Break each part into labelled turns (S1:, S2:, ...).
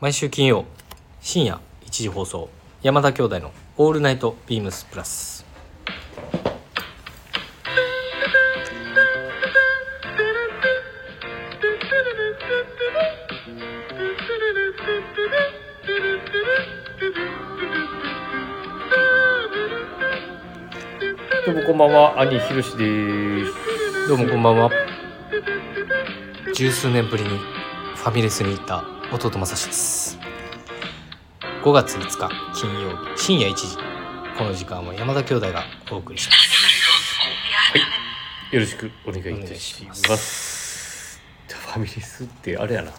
S1: 毎週金曜深夜1時放送山田兄弟の「オールナイトビームスプラス」
S2: どうもこんばんは、兄ひろしです。
S1: どうもこんばんは十数年ぶりにファミレスに行った弟正志です5月5日金曜日深夜1時この時間は山田兄弟がお送りします
S2: よろしくお願いいたします。
S1: お願いしま
S2: ファミレスってあれやな。
S1: フ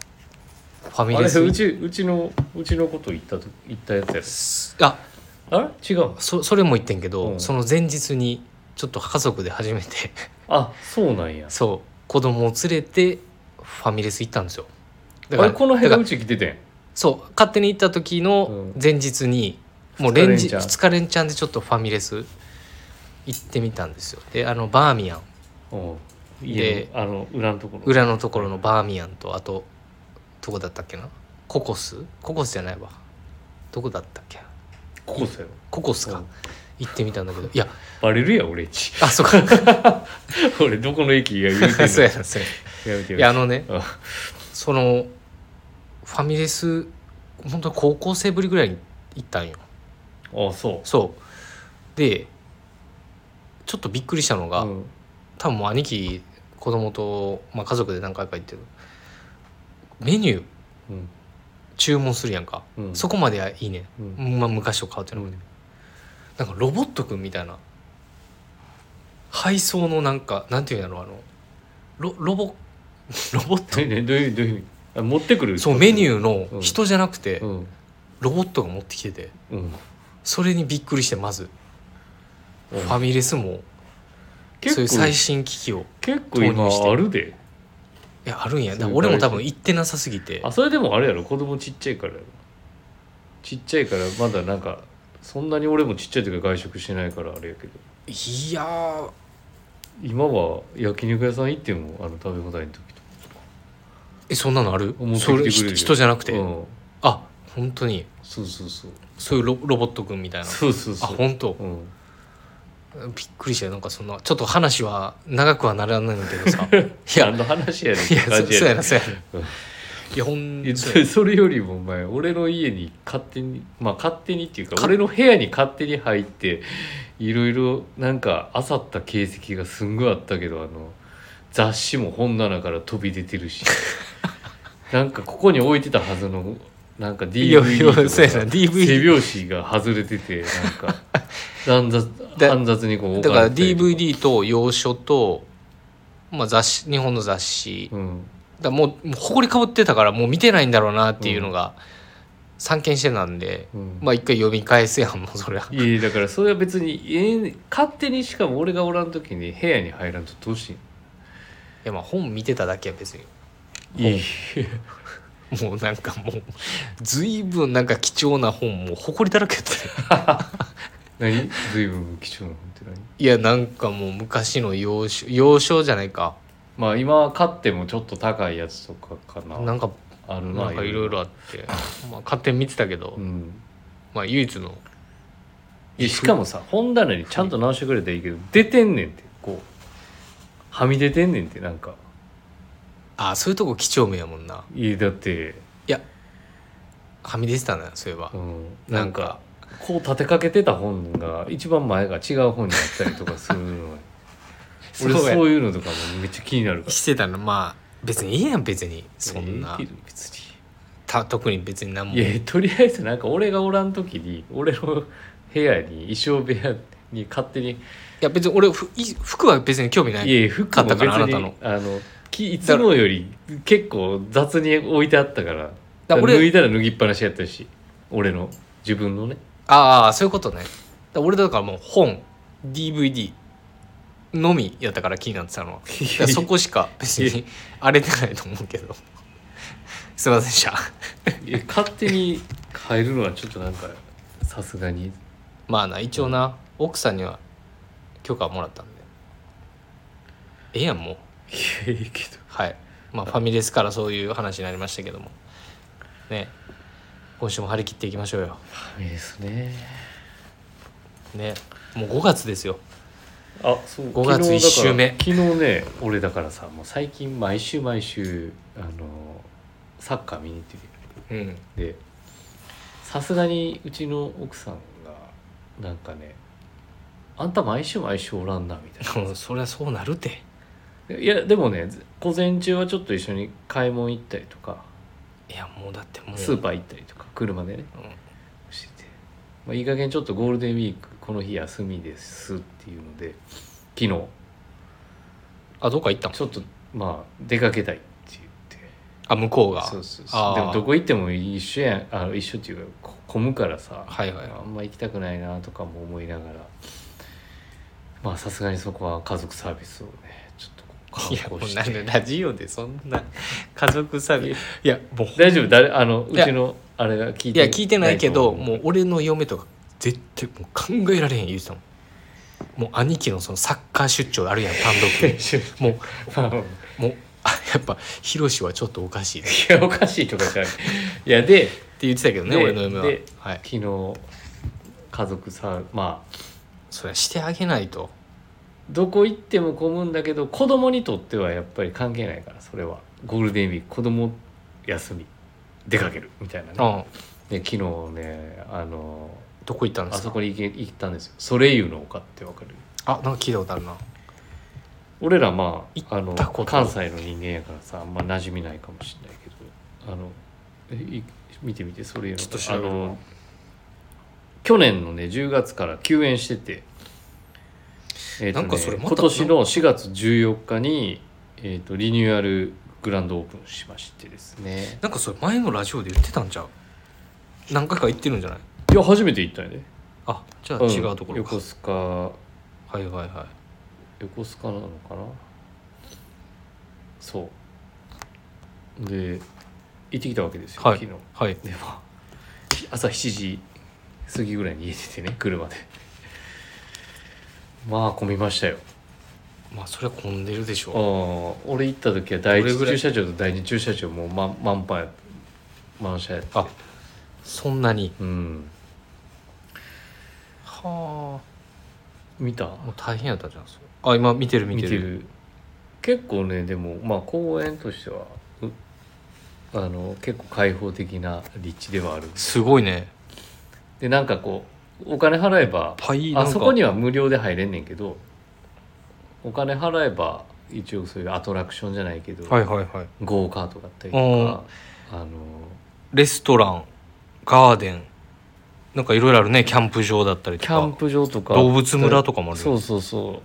S1: ァミ
S2: あれ
S1: レス
S2: うちうちのうちのこと言ったと言ったやつ
S1: あ
S2: やろ。あれ違うの。
S1: そそれも言ってんけど、
S2: うん
S1: その前日にちょっと家族で初めて
S2: あ、そうなんや。
S1: そう子供を連れてファミレス行ったんですよだ
S2: あれこの辺
S1: だか
S2: がう
S1: ら
S2: ち来ててん。
S1: そう勝手に行った時の
S2: うん
S1: 前日に、もう連日
S2: 二日連チャン
S1: 2日連チャンでちょっとファミレス行ってみたんですよであのバーミヤン
S2: うん。
S1: で
S2: 家のあの裏のところ。
S1: 裏のところのバーミヤンとあとどこだったっけなココスココスじゃないわどこだったっけ
S2: ここさよ。
S1: ココスか、
S2: うん
S1: 行ってみたんだけどいや
S2: バレるやん俺んち。
S1: あそうか
S2: 俺どこの駅や言うてんの。
S1: そうやなそうや
S2: やめて
S1: ない
S2: よ。
S1: やあのね
S2: あ
S1: そのファミレス本当に高校生ぶりぐらいに行ったんよ
S2: あ、そう。
S1: そうでちょっとびっくりしたのが、
S2: うん
S1: 多分もう兄貴子供と、まあ、家族で何回か行ってるメニュー
S2: うん
S1: 注文するやんか、
S2: うん
S1: そこまではいいね、
S2: うん
S1: まあ、昔と変わってない、
S2: うん
S1: なんかロボットくんみたいな配送のなんかなんていうんやろあのロロボロボッ
S2: えねどういうどういう意味あ持ってくる
S1: トそうメニ
S2: ー
S1: ューの人じゃなくて、
S2: うん
S1: ロボットが持ってきてて
S2: うん
S1: それにびっくりしてまず、
S2: うん
S1: ファミレスも
S2: 結
S1: そういう最
S2: 構
S1: 新機器を
S2: 結構今
S1: 投入して
S2: あるで
S1: いやあるんや
S2: そう
S1: だから俺も多
S2: 大
S1: 分行ってなさすぎて
S2: あそれでもあれやろ子供ちっちゃいからやろちっちゃいからまだなんかそんなに俺もちっちゃい時から外食してないからあれやけど
S1: いやー
S2: 今は焼肉屋さん行ってもあの食べ放題の時
S1: えそんなのある
S2: 思ってきて
S1: そ
S2: くれ
S1: れ
S2: る
S1: ひ人じゃなく
S2: と
S1: て、
S2: うん
S1: あ本当に
S2: そうそうそう
S1: そういうロロボット君みたいな
S2: そうそう
S1: あ
S2: そう
S1: 本当
S2: うん
S1: びっくりしたよなんかそんなちょっと話は長くはならないんだけど さいや
S2: 何の話やねんっ
S1: い
S2: て
S1: や
S2: 感
S1: そ
S2: じ
S1: そうやな
S2: やね
S1: んそうやな
S2: うん
S1: いやほん
S2: いや
S1: そうや
S2: そそれよりもお前俺の家に勝手にまあ勝手にっていうか
S1: か
S2: 俺の部屋に勝手に入っていろいろなんかあさった形跡がすんごいあったけどあの雑誌も本棚から飛び出てる しなんかここに置いてたはずのなんか
S1: いや
S2: DVD
S1: いや
S2: とかが
S1: そうやな DVD
S2: 背表紙が外れててなんか乱雑
S1: だ
S2: 乱雑にこう置
S1: だ
S2: か
S1: から
S2: れてたりと
S1: DVD と洋書と、まあ、雑誌日本の雑誌、
S2: うん
S1: だからもうもう埃かぶってたからもう見てないんだろうなっていうのが散見してたんで、
S2: うん
S1: まあ一回読み返すやん もうそりゃ
S2: いやだからそれは別にえー勝手にしかも俺がおらん時に部屋に入らんとどうしん
S1: いやまあ本見てただけは別に
S2: いい
S1: もうなんかもう随分なんか貴重な本もう埃だらけやったよ
S2: 何随分貴重な本って何
S1: いやなんかもう昔の洋書洋書じゃないか
S2: まあ今は買ってもちょっと高いやつとかかな
S1: なんか
S2: あるな
S1: なんかいろいろあって まあ勝手に見てたけど、
S2: うん
S1: まあ唯一の
S2: いやしかもさ本棚にちゃんと直してくれたらいいけど出てんねんってこうはみ出てんねんってなんか
S1: あそういうとこ貴重面やもんない
S2: やだって、
S1: はみ出てたなそういえば、
S2: うん、
S1: な
S2: なんんか
S1: か
S2: こう立てかけてた本が一番前が違う本になったりとかするの 俺
S1: そうや
S2: そういうのとかもめっちゃ気になるから
S1: してたのまあ別にいいやん別にそんな
S2: ええけど別に
S1: た特に別に何も
S2: いやとりあえずなんか俺がおらん時に俺の部屋に衣装部屋に勝手に
S1: いや別に俺ふい服は別に興味ない
S2: いや服も別
S1: 買った
S2: に
S1: からあなたの
S2: あのきいつもより結構雑に置いてあったから
S1: だから俺
S2: 脱いだら脱ぎっぱなしやったし俺の自分のね
S1: ああそういうことねだから俺だからもう本 DVD のみやったから気になってたのはだからそこしか別に荒れてないと思うけどすいませんでした
S2: いや勝手に変えるのはちょっとなんかさすがに
S1: まあな一応な奥さんには許可もらったんでええやんもう
S2: いやいいけど
S1: はいまあファミレスからそういう話になりましたけどもね今週も張り切っていきましょうよ
S2: いいですね
S1: ねもう5月ですよ
S2: あそう
S1: 5月
S2: 昨日だから
S1: 一週目
S2: 昨日ね俺だからさもう最近毎週毎週あのサッカー見に行ってる
S1: うん
S2: でさすがにうちの奥さんがなんかねあんた毎週毎週おらんなみたいな
S1: もう そりゃそうなるて
S2: いやでもね午前中はちょっと一緒に買い物行ったりとか
S1: いやもうだってもう
S2: スーパー行ったりとか車でね
S1: うん
S2: してて、まあ、いい加減ちょっとゴールデンウィークこの日休みですっていうので昨日
S1: あどっか行ったの
S2: ちょっとまあ出かけたいって言って
S1: あ向こうが
S2: そうそう
S1: あ
S2: そ
S1: ー
S2: うでもどこ行っても一緒やんあの一緒っていうかこ混むからさ、
S1: はいはい
S2: あんま行きたくないなとかも思いながらまあさすがにそこは家族サービスをねちょっとこう
S1: いやもうなんでラジオでそんな家族サービスいやもう
S2: 大丈夫誰あのう
S1: いや
S2: ちのあれが聞い
S1: い
S2: て
S1: や聞いてないけど
S2: と
S1: も
S2: 思
S1: う俺の嫁とか絶対もう考えられへん言うてたもんもう兄貴のそのサッカー出張あるやん単 独もう
S2: まあ
S1: もうあやっぱヒロシはちょっとおかしいね
S2: いやおかしいとかじゃないいやで
S1: って言ってたけどね
S2: で
S1: 俺の嫁は
S2: で
S1: はい
S2: 昨日家族さまあ
S1: それしてあげないと
S2: どこ行っても混むんだけど子供にとってはやっぱり関係ないからそれはゴールデンウィーク子供休み出かけるみたいな
S1: う
S2: ね
S1: ん
S2: で昨日ねあの
S1: どこ行ったんで
S2: あ
S1: す
S2: そ
S1: か
S2: こに行け行ったんですよソレイユの丘ってわかる
S1: あなんか聞いたことあるな
S2: 俺らまああ
S1: 行
S2: の
S1: ったこと
S2: 関西の人間やからさあんま馴染みないかもしれないけどあのえい見てみてソレイユの
S1: ちょっと調
S2: あ
S1: べる
S2: の去年のね10月から休園してて、えーとね
S1: なんかそれまた
S2: 今年の4月14日に、えー、とリニューアルグランドオープンしましてですね
S1: なんかそれ前のラジオで言ってたんちゃう何回か行ってるんじゃない
S2: いや初めて行ったよね、
S1: あじゃあ違うとこ
S2: ん
S1: ろか、
S2: 横須賀
S1: はいはいはい
S2: 横須賀なのかなそうで行ってきたわけですよ、
S1: はい
S2: 昨日
S1: はい
S2: でまあ朝7時過ぎぐらいに家出てね車で まあ混みましたよ
S1: まあそれは混んでるでし
S2: あ
S1: ょ
S2: ー俺行った時は第
S1: どれ
S2: 一
S1: ぐらい
S2: 駐車場と第二駐車場もう満満杯や満車やっ
S1: うあそんなに
S2: うん
S1: は
S2: 見た
S1: あもう大変やったじゃんそれあ今見てる見てる
S2: 結構ねでもまあ公園としてはうあの結構開放的な立地ではある
S1: すごいね
S2: でなんかこうお金払えば
S1: パイなん
S2: あ
S1: か
S2: そこには無料で入れんねんけどお金払えば一応そういうアトラクションじゃないけど、
S1: はいはいはい
S2: ゴーカートだったりとかあの
S1: レストランガーデンなんかいろいろあるねキャンプ場だったりと
S2: キ
S1: か
S2: ャンプ場とか
S1: 動物村とかもある
S2: そううそうそう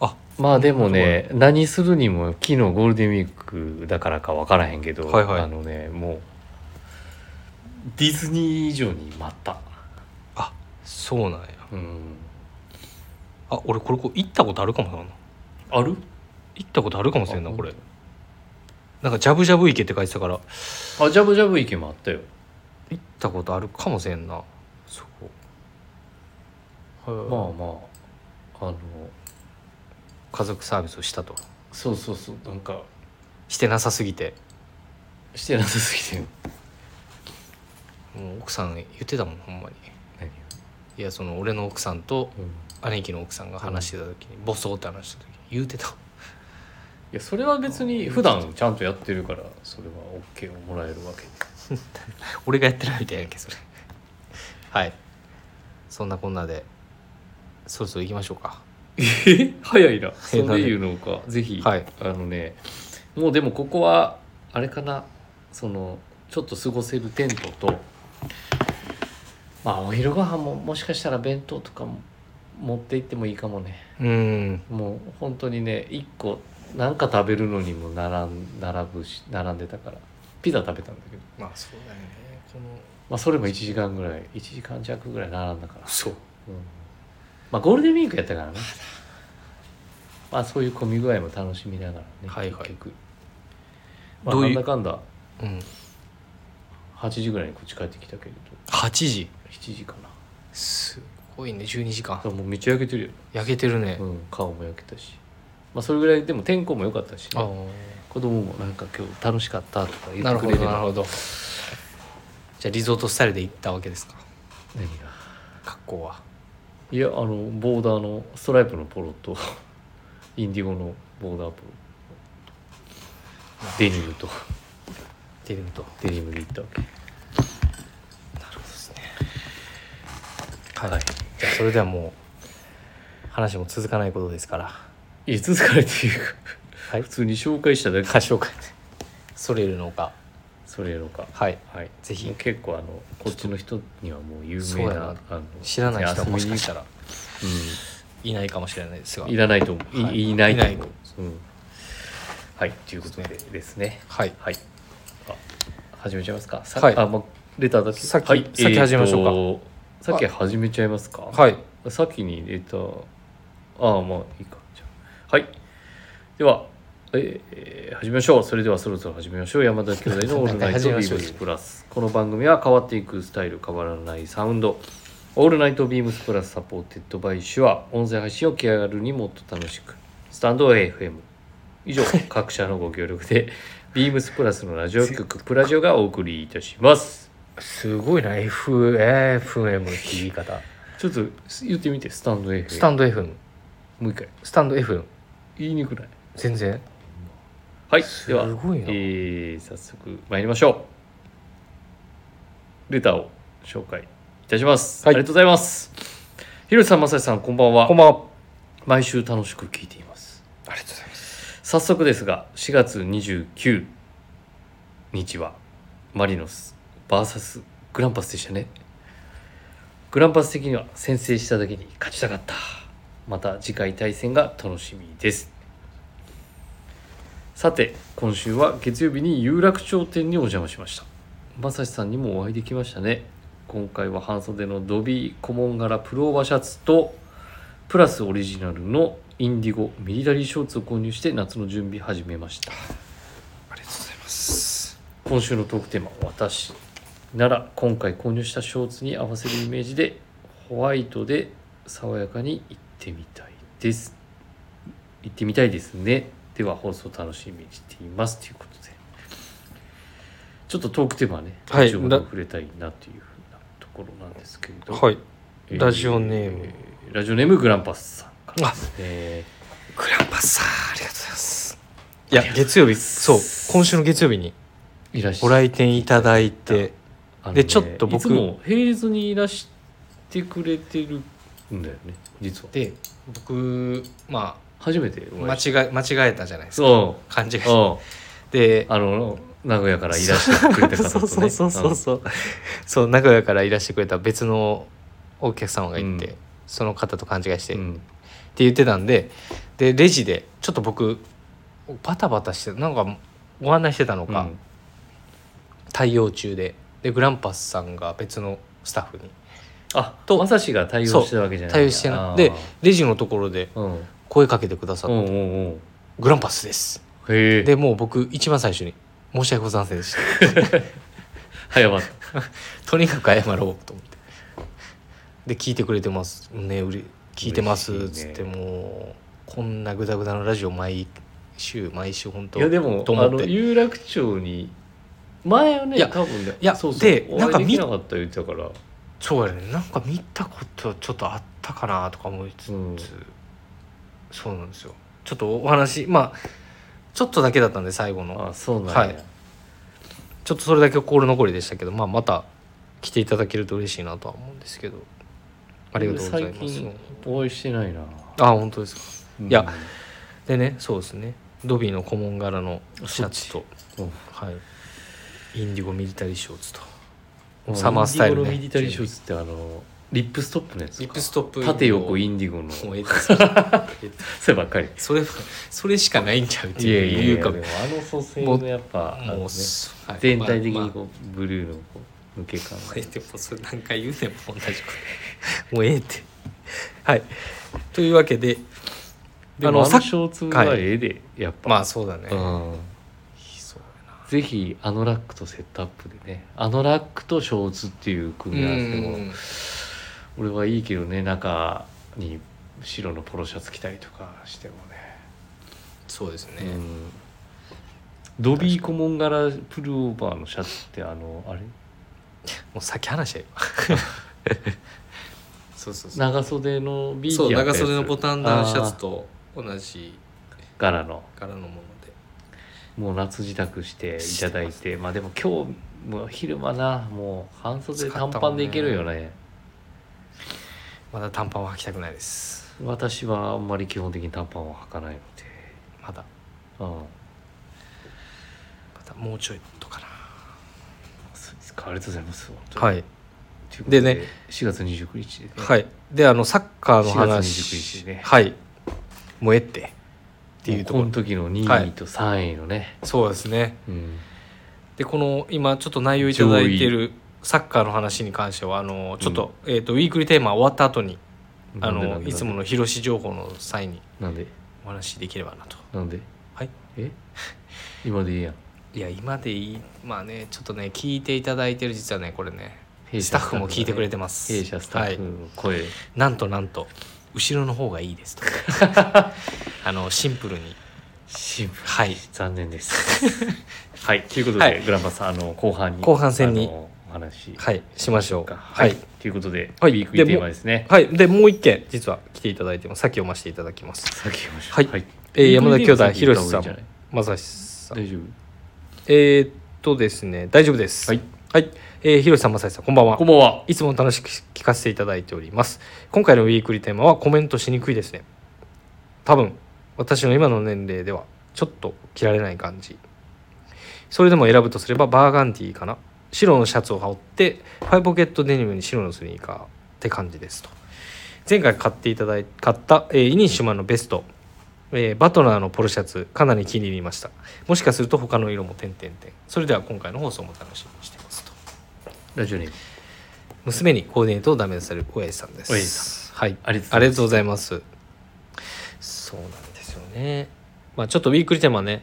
S1: あ
S2: まあでもね何するにも昨日ゴールデンウィークだからか分からへんけど、
S1: はいはい
S2: あのねもうディズニー以上に待った、
S1: そうなんや
S2: うん、
S1: あ俺これこう行ったことあるかもしれんな
S2: ある
S1: 行ったことあるかもしれんな
S2: あ
S1: これなんかジャブジャブ池って書いてたから
S2: あジャブジャブ池もあったよ
S1: 行ったことあるかもしれんなそう、はい
S2: まあまああの
S1: 家族サービスをしたと
S2: そうそうそうなんか
S1: してなさすぎて
S2: してなさすぎて
S1: もう奥さん言ってたもんほんまに
S2: 何
S1: いやその俺の奥さんと
S2: うんい
S1: 姉貴の奥さんが話してた時にボソって話した時に言うてた
S2: やそれは別に普段ちゃんとやってるからそれは OK をもらえるわけで
S1: 俺がやってないみたいやんけそれはいそんなこんなでそろそろ行きましょうか
S2: え 早いなそ
S1: えなんで
S2: れ言うのかぜひ、
S1: はい
S2: あのねもうでもここはあれかなそのちょっと過ごせるテントとまあお昼ご飯ももしかしたら弁当とかも持って行ってもいいかもね
S1: うん
S2: もう本当にね1個なんか食べるのにも並ん並ぶし並んでたからピザ食べたんだけど、
S1: まあそうだよねこの
S2: まあ、それも1時間ぐらい1時間弱ぐらい並んだから
S1: そう
S2: うんまあゴールデンウィークやったからねまあそういう混み具合も楽しみながらね、
S1: はいはい
S2: 結局、まあ、
S1: どう
S2: ない
S1: うん
S2: だかんだ
S1: うん
S2: 8時ぐらいにこっち帰ってきたけれど
S1: 8時
S2: 7時かな
S1: すごいね12時間
S2: あもうめっちゃ焼けてるよ、
S1: 焼けてるね、
S2: うん、顔も焼けたしまあそれぐらいでも天候も良かったしね、
S1: あ
S2: 子供もなんか今日楽しかったとか言
S1: あな
S2: っ
S1: る
S2: て
S1: ほ
S2: く
S1: ど
S2: れれ
S1: なる
S2: ば
S1: ほどじゃあリゾートスタイルで行ったわけですか
S2: 何が
S1: 格好はい
S2: やあのボーダーのストライプのポロとインディゴのボーダーポロデニムと
S1: デニムと
S2: デニムで行ったわけ
S1: はい、じゃあそれではもう話も続かないことですから
S2: いや続かないっていうか
S1: はい
S2: 普通に紹介しただけ
S1: 歌唱会でソレルの丘
S2: それやろうか
S1: はい
S2: はい
S1: ぜひ
S2: もう結構あのこっちの人にはもう有
S1: そう
S2: 名
S1: や
S2: な
S1: な
S2: あの
S1: 知らない人はもしかした
S2: ら、
S1: らいないかもしれないですが
S2: うん、いらないと思う、
S1: はい
S2: い、いないと思う
S1: いない
S2: うん、はいということでですね
S1: はい
S2: はいあ始めちゃいますかさ
S1: はい
S2: あ、ま、レターだけ
S1: さっき
S2: はい、
S1: さっき始めましょ
S2: うかさっき始めちゃいますか
S1: はい
S2: 先にレターああまあいいかじゃあはいではえー始めましょうそれではそろそろ始めましょう山田兄弟の「オールナイ トビームスプラス」この番組は変わっていくスタイル変わらないサウンド「オールナイトビームスプラス」サポーテッドバイ手話音声配信を気軽にもっと楽しくスタンド FM 以上各社のご協力でビームスプラスのラジオ局プラジオがお送りいたします
S1: すごいな FFM って言い方
S2: ちょっと言ってみてスタンド FM
S1: スタンド FM
S2: もう一回
S1: スタンド FM
S2: 言いにくない
S1: 全然
S2: はい、
S1: す
S2: では、
S1: ごいな
S2: えー早速参りましょう。レターを紹介いたします。
S1: はい
S2: ありがとうございます。ひろしさん、まさしさん、こんばんは。
S1: こんばんは
S2: 毎週楽しく聞いています。
S1: ありがとうございます
S2: 早速ですが、4月29日は、マリノス VS グランパスでしたね。グランパス的には先制しただけに勝ちたかった。また次回対戦が楽しみです。さて、今週は月曜日に有楽町店にお邪魔しました。まさしさんにもお会いできましたね。今回は半袖のドビー顧問柄プローバシャツと、プラスオリジナルのインディゴミリタリーショーツを購入して夏の準備始めました。
S1: ありがとうございます
S2: 今週のトークテーマ「私」なら今回購入したショーツに合わせるイメージでホワイトで爽やかに行ってみたいです行ってみたいですねでは放送楽しみにしていますということでちょっとトークテーマはね、
S1: はい
S2: 一応
S1: な
S2: 触れたいなというふうなところなんですけれど、
S1: はい
S2: えー
S1: ラジオネーム
S2: ラジオネームグランパスさんから
S1: あ
S2: ですね
S1: グランパスさんありがとうございますいや月曜日そう今週の月曜日に
S2: いらっし
S1: ご
S2: ゃ
S1: 来店いただいて
S2: あの
S1: でちょっと僕
S2: いつも平日にいらしてくれてるんだよね実は
S1: で僕ま
S2: 初めて
S1: あ
S2: お
S1: 間
S2: 会いし
S1: 違え間違えたじゃないですか
S2: そ
S1: 勘違いう
S2: うん
S1: で
S2: あの名古屋からいらしてくれた方と
S1: そ
S2: ね
S1: うそうそうそうそう、そう名古屋からいらしてくれた別のお客様がいて、
S2: うん
S1: その方と勘違いして、
S2: う
S1: って
S2: ん
S1: 言ってたんででレジでちょっと僕バタバタしてなんかご案内してたの
S2: うん
S1: か、対応中ででグランパスさんが別のスタッフに
S2: あとまさしが対応してるわけじゃない
S1: 対応してなでレジのところで
S2: うんうん
S1: 声かけてくださっ
S2: う
S1: て
S2: んうん
S1: 「グランパスです」
S2: へえ
S1: でもう僕一番最初に「申し訳ございませんでした」
S2: 早まった
S1: とにかく謝ろうと思ってで聞いてくれてますねうれ聞いてますっ
S2: 嬉し
S1: つ
S2: いね
S1: って、もうこんなグダグダのラジオ毎週毎週本当
S2: いやでも
S1: と
S2: あ
S1: 思っ
S2: の
S1: て
S2: 有楽町に前はね
S1: いや
S2: 多分ね
S1: いや
S2: そうそう
S1: で
S2: お
S1: なん
S2: 会
S1: か
S2: いで
S1: 見
S2: きなかった言ってたから
S1: そうやねなんか見たことちょっとあったかなとか思いつつ、
S2: うん
S1: そうなんですよちょっとお話まあちょっとだけだったんで最後の
S2: あそうなんや、
S1: はいちょっとそれだけ心残りでしたけど、まあ、また来ていただけると嬉しいなとは思うんですけどありがとうございます
S2: 最近お会いしてないな
S1: あ本当ですかいや
S2: うん
S1: でねそうですねドビーの顧問柄のシャツと、
S2: うん
S1: はい、インディゴミリタリーショーツと
S2: もう
S1: サマースタイルね
S2: インディゴのミリタリーショーツってあのリップストップのやつか
S1: リップストップ
S2: 縦横インディゴの
S1: も
S2: そうれ
S1: ええって
S2: ばっかり
S1: それそれしかないんちゃうって
S2: いやいやい
S1: いう
S2: や
S1: か
S2: でもあの蘇生のやっぱあの
S1: も
S2: ね
S1: うすはい
S2: 全体的
S1: まあま
S2: に
S1: あ
S2: こうブルーのこう抜け感
S1: もうええってもうそれ何回言うねんもう同じこともうええってはいというわけで
S2: で
S1: あ
S2: も
S1: の
S2: あの
S1: さ
S2: ショーツはええでやっぱ
S1: まあそうだね、
S2: うん
S1: そうやな
S2: ぜひあのラックとセットアップでねあのラックとショーツっていう組み合わせも
S1: うん
S2: 俺はいいけどね中に白のポロシャツ着たりとかしてもね
S1: そうですね、
S2: うんドビー顧問柄プルオーバーのシャツってあのあれ
S1: もうさっき話したよ そうそうそう
S2: 長袖のビー
S1: そう
S2: ディア
S1: 長袖のボタンダウンシャツ
S2: と
S1: と同じ
S2: 柄の
S1: 柄のもので
S2: もう夏支度していただいてまあでも今日もう昼間なもう半袖短パンでいけるよね
S1: まだ短パンは履きたくないです
S2: 私はあんまり基本的に短パンを履かないので
S1: まだ
S2: うん
S1: まだもうちょいとかな
S2: そうですかありがとうございます本当に
S1: はい
S2: ということで
S1: でね
S2: 4月29日でね、
S1: はいであのサッカーの話
S2: 4月29日ね
S1: はいもうええってっていうとこ
S2: も
S1: ろ
S2: うこの時の
S1: は
S2: 2位
S1: い
S2: と3位のね、
S1: そうですね
S2: うん
S1: でこの今ちょっと内容いただいているサッカーの話に関してはあのちょっと,、えー、とウィークリーテーマ終わった後にあ
S2: なんでな
S1: の
S2: んで
S1: いつもの広し情報の際に
S2: なんで
S1: お話しできればなと
S2: なんで
S1: はい
S2: え今でいいやん
S1: いや今でいいまあねちょっとね聞いていただいてる実はねこれね
S2: 弊社
S1: スタッフも聞いてくれてます
S2: 弊社スタッフ
S1: はい、
S2: の声、
S1: なんとなんと後ろの方がいい ですとあのシンプルに
S2: シンプル
S1: はい
S2: 残念です はいということで、
S1: はい
S2: グランパスあの後半に
S1: 後半戦に
S2: あのお話
S1: はいしましょう
S2: かは、
S1: はいい
S2: ということで、
S1: はい
S2: ウィークリー
S1: で
S2: テ
S1: も
S2: ーマですね
S1: はいでもう一件実は来ていただいてますさっき読ませていただきます
S2: さっき言いました
S1: はいえー山田兄弟ひろしさん
S2: 大
S1: まさしさん
S2: 丈
S1: えーっとですね、大丈夫です。
S2: はい。
S1: はい。えー、ひろしさん、まさしさん、こんばん
S2: 夫
S1: は。
S2: こんばんはい
S1: つも楽しく聞かせていただいております。今回のウィークリーテーマはコメントしにくいですね。多分、私の今の年齢では、ちょっと着られない感じ。それでも選ぶとすれば、バーガンディーかな。白のシャツを羽織って、ファイポケットデニムに白のスニーカーって感じですと。前回買っていただい買った、えーイニッシュマンのベスト、えーバトナーのポロシャツかなり気に入りましたもしかすると他の色も点々点それでは今回の放送も楽しみにしていますと
S2: ラジオネーム
S1: 娘にコーディネートをダメ出される親父さんです
S2: 親父さ
S1: はい
S2: あり
S1: あ
S2: が
S1: り
S2: とうござい
S1: がとうございますそうなんですよねまあちょっとウィークリーテーマね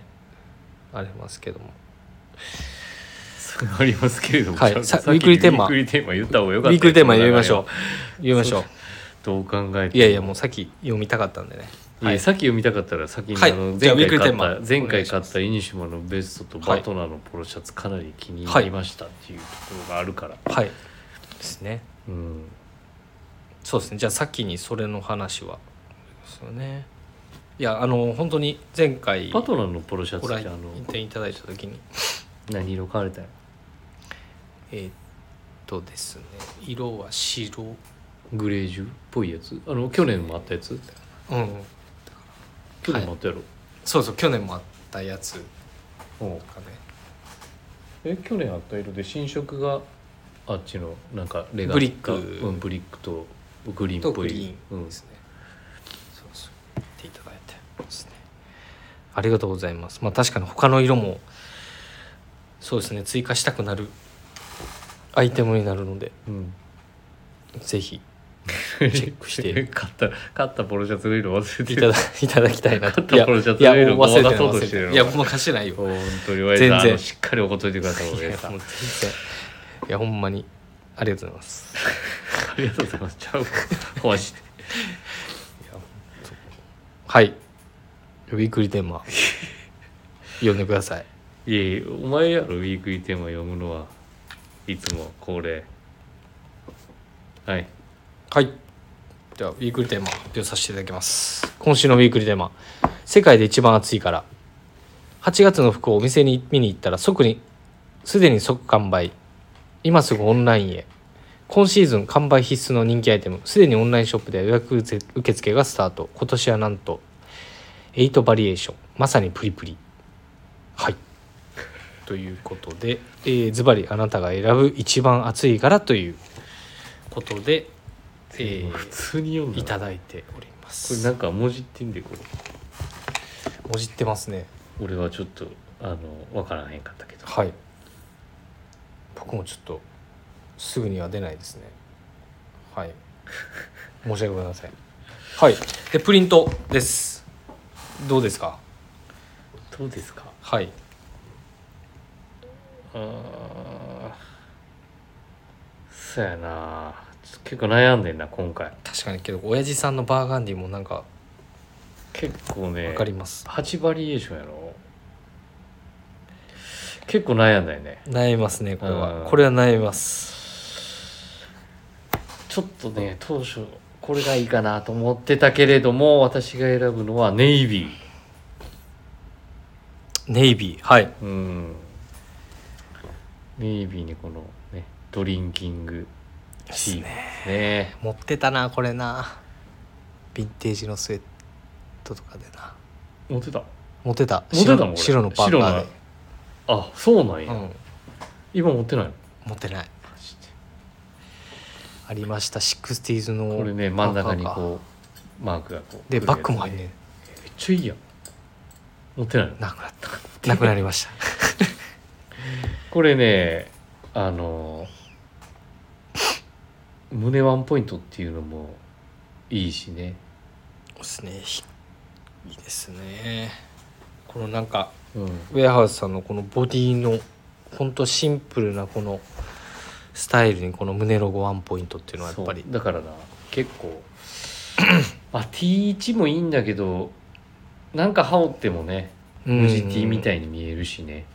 S1: ありますけども
S2: ますそれはありますけれども、
S1: はい
S2: ちゃんと
S1: さ
S2: さ
S1: ウ
S2: っき
S1: ィークリーテーマ
S2: ウィークリーテーマ言った方がよ
S1: ウ
S2: かった
S1: ィークリーテーマ言いましょう言いましょう
S2: どう考えて
S1: いやいやもうさっき読みたかったんでね
S2: いや
S1: はい
S2: さっき読みたかったら先に
S1: はい
S2: あの
S1: じゃあ
S2: 前回
S1: ウィークリーテ
S2: 買
S1: ー
S2: っ
S1: マ
S2: た前回買ったイニシュマのベストと
S1: はい
S2: バトナーのポロシャツかなり気に入りましたっていうところがあるから、
S1: はいですね
S2: うん
S1: そうですねじゃあ先にそれの話はですよねいやあの本当に前回
S2: バトナーのポロシャツ
S1: ご
S2: っ
S1: 来
S2: てあの
S1: 店いただいた時に
S2: 何色買われたんや
S1: えーっとですね色は白
S2: グレージュっぽいやつあの去年もあったやつ
S1: うん
S2: 去年もあったやろ、
S1: そうそう去年もあったやつ
S2: うん
S1: とかね
S2: え去年あった色で新色があっちのなんかレガ
S1: ブリック
S2: うん、ブリックとグリーン
S1: と
S2: っぽ
S1: グ
S2: い
S1: リーン
S2: うん
S1: ですね、そうそうっていただいてますねありがとうございますまあ確かに他の色もそうですね追加したくなるアイテムになるので
S2: うん、
S1: ぜひ
S2: チ
S1: ェックして
S2: 買った買ったポロシャツの色忘れて
S1: い
S2: る
S1: ただいただきたいなと
S2: 買ったポロシャツの
S1: いや
S2: 色
S1: もう忘れてない
S2: ごまか
S1: 忘
S2: そうと
S1: れ
S2: して
S1: てな
S2: るの
S1: いいやごまかしてないよ
S2: 本当に親父さ
S1: 全
S2: ん
S1: 然
S2: あのしっかり怒っといてください
S1: い
S2: 親
S1: や
S2: 父さん
S1: もう全然いやほんまにありがとうございます
S2: ありがとうございますちゃうおマジで
S1: はいウィークリーテーマ 読んでください
S2: いやいやお前やろウィークリーテーマ読むのはいつも恒例はい
S1: はいではウィークリーテーマ発表させていただきます今週のウィークリーテーマ「世界で一番暑いから」8月の服をお店に見に行ったら即にすでに即完売今すぐオンラインへ今シーズン完売必須の人気アイテムすでにオンラインショップでは予約受付がスタート今年はなんと8バリエーションまさにプリプリはいということで、えーズバリあなたが選ぶ一番暑いからということで、え
S2: 普
S1: ー
S2: 通に読む
S1: いた
S2: こ
S1: だいておりま
S2: れ
S1: す
S2: なんかもじってんでこれ
S1: もじってますね
S2: 俺はちょっとあのわからへんかったけど
S1: はい僕もちょっとすぐには出ないですねはい申し訳ございませんはいでプリントですどうですか
S2: どうですか
S1: はい
S2: あーそうやなちょっと結構悩んでんな今回
S1: 確かにけど親父さんのバーガンディもなんか
S2: 結構ね
S1: わかります、
S2: 8バリエーションやろ結構悩んだよね
S1: 悩みますねこれは
S2: うん
S1: これは悩みます
S2: ちょっとね当初これがいいかなと思ってたけれども私が選ぶのはネイビ
S1: ネイビーはい
S2: ーうんネイビーにこのねドリンキングシーンですね
S1: 持ってたなこれなヴィンテージのスウェットとかでな
S2: 持ってた
S1: 持ってた
S2: 持ってたもん俺
S1: 白の白のパーカーで
S2: あそうなんや、
S1: うん、
S2: 今持ってないの
S1: 持ってないありましたシックスティーズの
S2: これね真ん中に
S1: パーカー
S2: こうマークがこう
S1: でバッグも
S2: めっ
S1: 入んね
S2: ちゃいいやん持ってないの
S1: なくなったなくなりました
S2: これねあの胸ワンポイントっていうのもいいしね
S1: そうですねひいいですねこのなんか
S2: うん
S1: ウェアハウスさんのこのボディのほんとシンプルなこのスタイルにこの胸ロゴワンポイントっていうのはやっぱり
S2: そうだからな結構 まあ T1 もいいんだけどなんか羽織ってもね無地 T みた
S1: い
S2: いに見えるしね、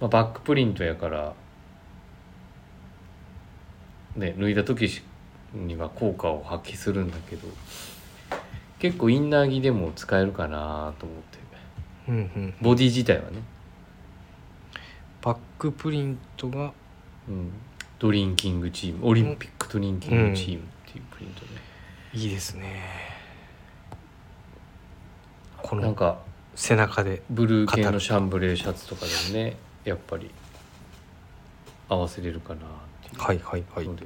S2: まあ、バックプリントやからね脱いだ時には効果を発揮するんだけど結構インナー着でも使えるかなと思って
S1: うんうん
S2: ボディ自体はね、
S1: バックプリントが
S2: うん、ドリンキングチームオリンピックドリンキングチームっていうプリントね、
S1: いいですねこ
S2: なん
S1: の
S2: か
S1: 背中で
S2: ブルー系のシャンブレーシャツとかでもねやっぱり合わせれるかなっていう
S1: はいはいはい
S2: ので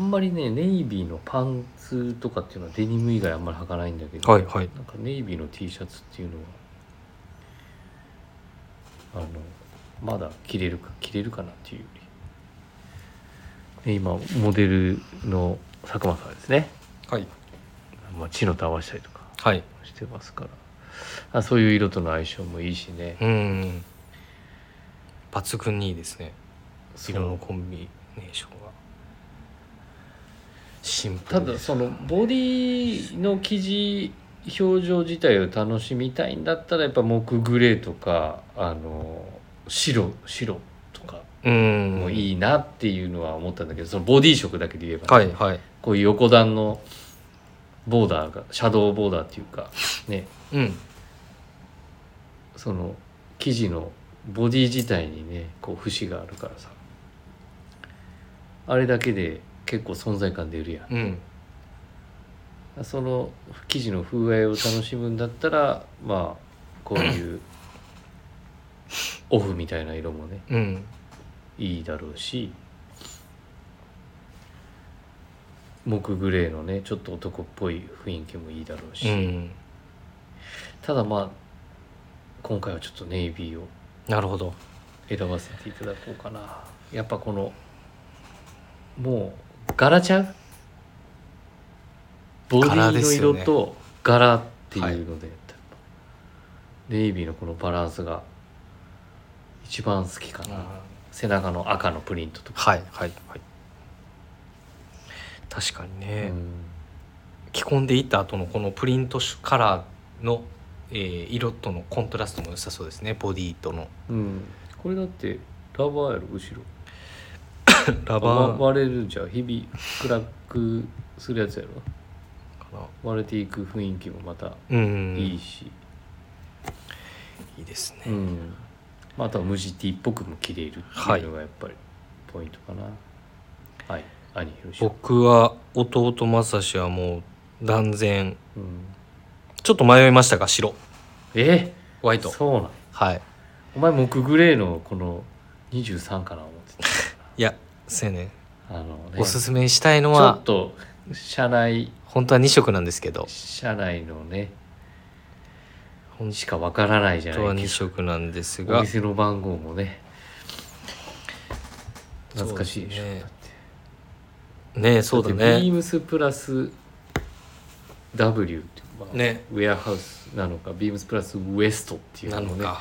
S2: あんまりねネイビーのパンツとかっていうのはデニム以外あんまり履かないんだけど、
S1: はいはい
S2: なんかネイビーの T シャツっていうのはあのまだ着れるか着れるかなっていうより、ね、今モデルの佐久間さんですね、
S1: はい
S2: まあ、チノと合わせたりとか
S1: はい
S2: してますからあそういう色との相性もいいしね
S1: うん抜群にいいですね色のコンビネーションがシンプ
S2: た
S1: ルで
S2: だそのボディの生地表情自体を楽しみたいんだったらやっぱ木グレーとかあの白白とか
S1: うん
S2: もいいなっていうのは思ったんだけど、そのボディ色だけで言えばね、
S1: はいはい
S2: こういう横段のボーダーがシャドーボーダーっていうかね
S1: うん
S2: その生地のボディ自体にねこう節があるからさあれだけで結構存在感出るやん
S1: うん
S2: その生地の風合いを楽しむんだったらまあこういう オフみたいな色もね
S1: うん
S2: いいだろうし木グレーのねちょっと男っぽい雰囲気もいいだろう
S1: う
S2: し、
S1: ん
S2: ただまあ今回はちょっとネイビーを
S1: なるほど
S2: 選ばせていただこうかなやっぱこのもう柄ちゃうボデ
S1: 柄
S2: ィ
S1: で
S2: の
S1: すよ
S2: 色
S1: ね
S2: と柄っていうのでネイビーのこのバランスが一番好きかな、背中の赤のプリントとか、
S1: はいはいはい確かにね、
S2: うん
S1: 着込んでいった後のこのプリントカラーの、えー色とのコントラストも良さそうですねボディとの
S2: うんこれだってラバーやろ後ろ
S1: ラバ
S2: わ
S1: ー
S2: 割れるんじゃん日々クラックするやつやろ
S1: かな
S2: 割れていく雰囲気もまた
S1: うん
S2: いいし、
S1: いいですね、
S2: うん、まああとは無地 T っぽくも着れるっていうのがやっぱりポイントかなはい兄ひろし
S1: 僕は弟正志はもう断然
S2: うん、
S1: ちょっと迷いましたが白
S2: え
S1: ホワイ
S2: ー、
S1: ト
S2: そうなん
S1: はい
S2: お前木グレーのこの23かな思って
S1: いやせやね
S2: たあのね
S1: おす
S2: ち
S1: すめしたいの
S2: ょ
S1: は
S2: っと社内
S1: 本当は2色なんですけど
S2: 社内のね
S1: 本
S2: しかわからないじゃ
S1: 当は
S2: な
S1: 2
S2: いですか
S1: 色なんです
S2: お
S1: が
S2: 店の番号もね懐かしいでしょ
S1: そうですね
S2: だって
S1: ねえそうだ
S2: だってビ
S1: ね
S2: ームスプラス W っていう、まあ
S1: ね
S2: ウェアハウスなのかビームスプラスウエストっていう
S1: な
S2: の
S1: の
S2: もね
S1: か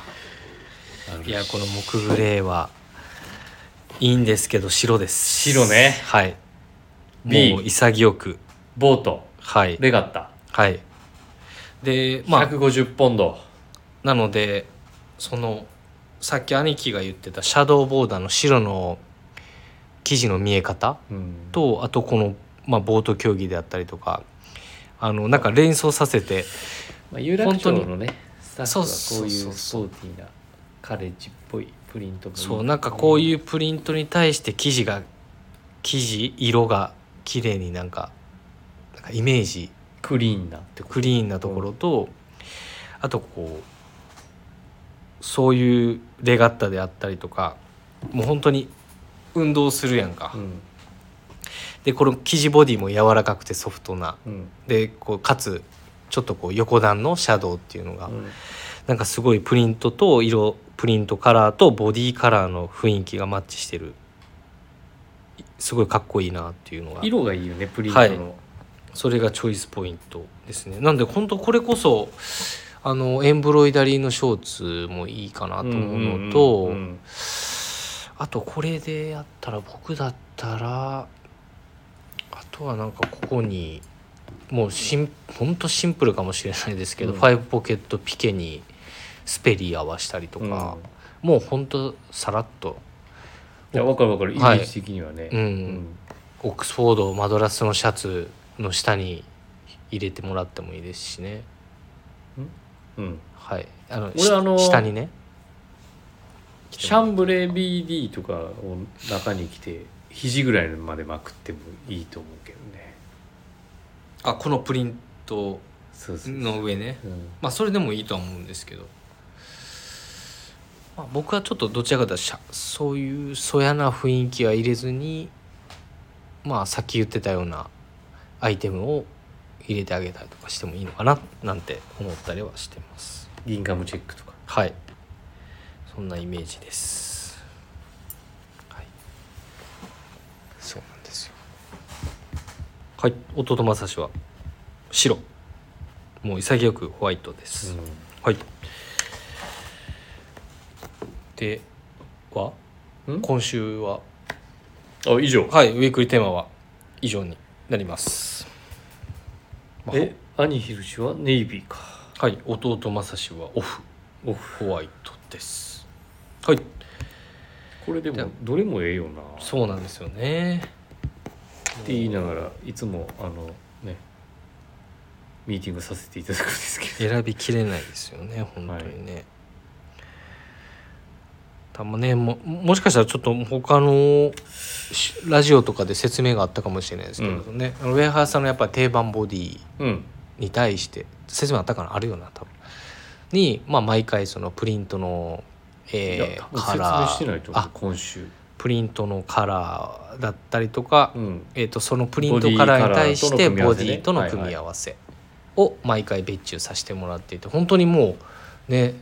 S2: あるし
S1: いやこの木グレーはいいんですけど白です
S2: 白ね
S1: はいもう
S2: B
S1: 潔く
S2: ボート
S1: はい
S2: レガッタ、
S1: はいでまあ
S2: 150ポンド
S1: なのでそのさっき兄貴が言ってたシャドーボーダーの白の生地の見え方
S2: うん、
S1: とあとこの、まあ、ボート競技であったりとかあのなんか連想させて
S2: まあ、有楽町のねスタッフ
S1: そう
S2: は
S1: そ
S2: こ
S1: う
S2: うい
S1: そう
S2: うス
S1: そう
S2: ポーティーなカレッジっぽいプリントもいい
S1: そうなんかこう
S2: う
S1: いうプリントに対して生地が生地色が綺麗になんかなんかイメージ
S2: クリーンな
S1: クリーンなところと、あとこうそういうレガッタであったりとかもう本当に運動するやんか、
S2: うん
S1: でこの生地ボディも柔らかくてソフトな
S2: うん
S1: でこうかつちょっとこう横段のシャドウっていうのが、
S2: うん
S1: なんかすごいプリントと色プリントカラーとボディカラーの雰囲気がマッチしてるいすごいかっこいいなっていうのが
S2: 色がいいよねプリントの、
S1: それがチョイスポイントですねなんで本当これこそあのエンブロイダリーのショーツもいいかなと思うのと、
S2: うんうんうん
S1: あとこれでやったら僕だったらあとはなんかここにもうしんほんとシンプルかもしれないですけど、
S2: うん
S1: ファイブポケットピケにスペリー合わしたりと
S2: うん
S1: か、もうほんとさらっと
S2: いや分かる分かるイメ
S1: はい
S2: ージ的にはね、
S1: うんオックスフォードマドラスのシャツの下に入れてもらってもいいですしね
S2: うんうん
S1: はいあの
S2: 俺あの
S1: し下にね
S2: シャンブレー BD とかを中に着て肘ぐらいまでまくってもいいと思うけどね
S1: あこのプリント
S2: そうそうそう、
S1: の上ね
S2: うん
S1: まあそれでもいいとは思うんですけど、まあ、僕はちょっとどちらかというとしゃそういうそやな雰囲気は入れずにまあさっき言ってたようなアイテムを入れてあげたりとかしてもいいのかななんて思ったりはしてます
S2: ギンガムチェックとか
S1: はいそんなイメージですはいそうなんですよはい弟正志は白もう潔くホワイトです、はい。では
S2: ん
S1: 今週は
S2: あ以上
S1: はいウィークリーテーマは以上になります。まあ
S2: え兄ひろしはネイビーか
S1: はい弟正志はオフ
S2: オフ
S1: ホワイトです。はい
S2: これで
S1: じゃあ
S2: もどれもええよなっ
S1: そうなんですよね。
S2: て言いながらいつもあのねミーティングさせていただくんですけど
S1: 選びきれないですよね本当にね。たまねももしかしたらちょっと他のしラジオとかで説明があったかもしれないですけれどね、あのウェアハースさんのやっぱり定番ボディ
S2: うん
S1: に対して説明あったかなあるよな多分に、まあ、毎回そのプリントの、
S2: いや
S1: えー
S2: 多分
S1: カ
S2: 説
S1: ラ
S2: 明してない
S1: ー
S2: と思う
S1: あ
S2: 今週
S1: プリントのカラーだったりとか、
S2: うん
S1: えー、とそのプリントカラーに対してボ
S2: ボ
S1: デ
S2: デ
S1: ィ
S2: ィ
S1: と
S2: カ
S1: の
S2: ラ
S1: 組
S2: ーとの組
S1: み
S2: み
S1: 合
S2: 合
S1: わせを毎回別注させてもらっていて本当にもうね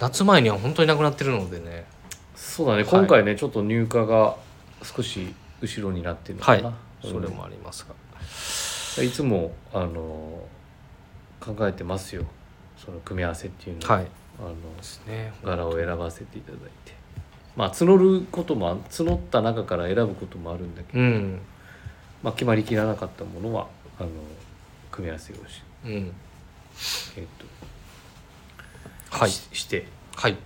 S1: 夏前には本当になくなってるのでね
S2: そうだね
S1: はい
S2: 今回ねちょっと入荷が少し後ろになってるのかな
S1: は
S2: うん
S1: それもありますが、
S2: いつもあの考えてますよその組み合わせっていうのを
S1: はいで
S2: あの
S1: すね
S2: 柄を選ばせていただいてまあ募ることもあ募った中から選ぶこともあるんだけど、
S1: うん
S2: まあ、決まりきらなかったものはあの組み合わせをし,、
S1: うん
S2: えっと
S1: はい
S2: しして
S1: はい、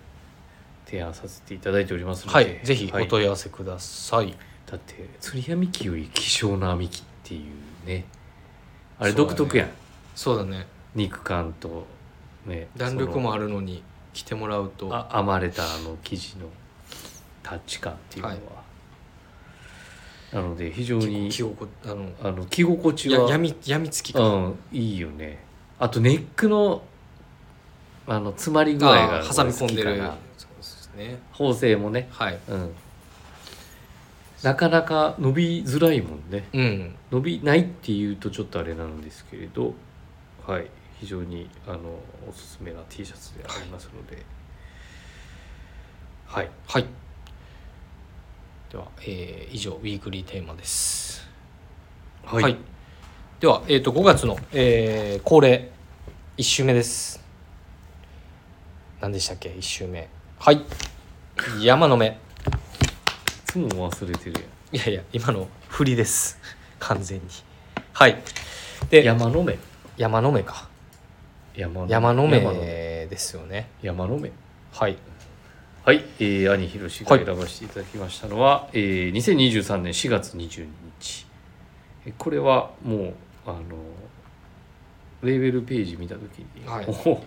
S2: 提案させていただいておりますので、
S1: はい、ぜひお
S2: だ
S1: 問い合わせください
S2: って釣り網機より希少な網機っていうねあれ
S1: そうだ
S2: 独
S1: ね
S2: 特やん、
S1: そうだね
S2: 肉感とね
S1: 弾力もあ
S2: る
S1: るのに着てもらうと
S2: あ編まれたあの生地のタッチ感っていうのは、
S1: は
S2: なので非常
S1: 結構
S2: に
S1: 着心あの
S2: あの着心地
S1: や
S2: は
S1: やみやみつき
S2: う
S1: か、
S2: んいいよねあとネックのあの詰まり具合が
S1: あー挟み込んで
S2: 俺
S1: る
S2: 好きかな
S1: そうですね
S2: 縫製もね
S1: はい
S2: うんなかなか伸びづらいもんね
S1: うん
S2: 伸びないっていうとちょっとあれなんですけれどはい非常にあのおすすめな T シャツでありますのではい
S1: はいでは、えー以上ウィークリーテーマです
S2: は
S1: では、えー、と5月の、えー恒例1週目です何でしたっけ1週目はい山の目
S2: いつも忘れてる
S1: いやいや今の振りです完全にはい
S2: やん
S1: で
S2: 山の目
S1: 山の目か
S2: 山の目
S1: 山の目
S2: 山の目
S1: ですよね
S2: 山の目
S1: はい
S2: はい、えー、兄ひろしが選ばせていただきましたのは、えー、2023年4月22日えこれはもうあのレーベルページ見た時に「
S1: はい
S2: おお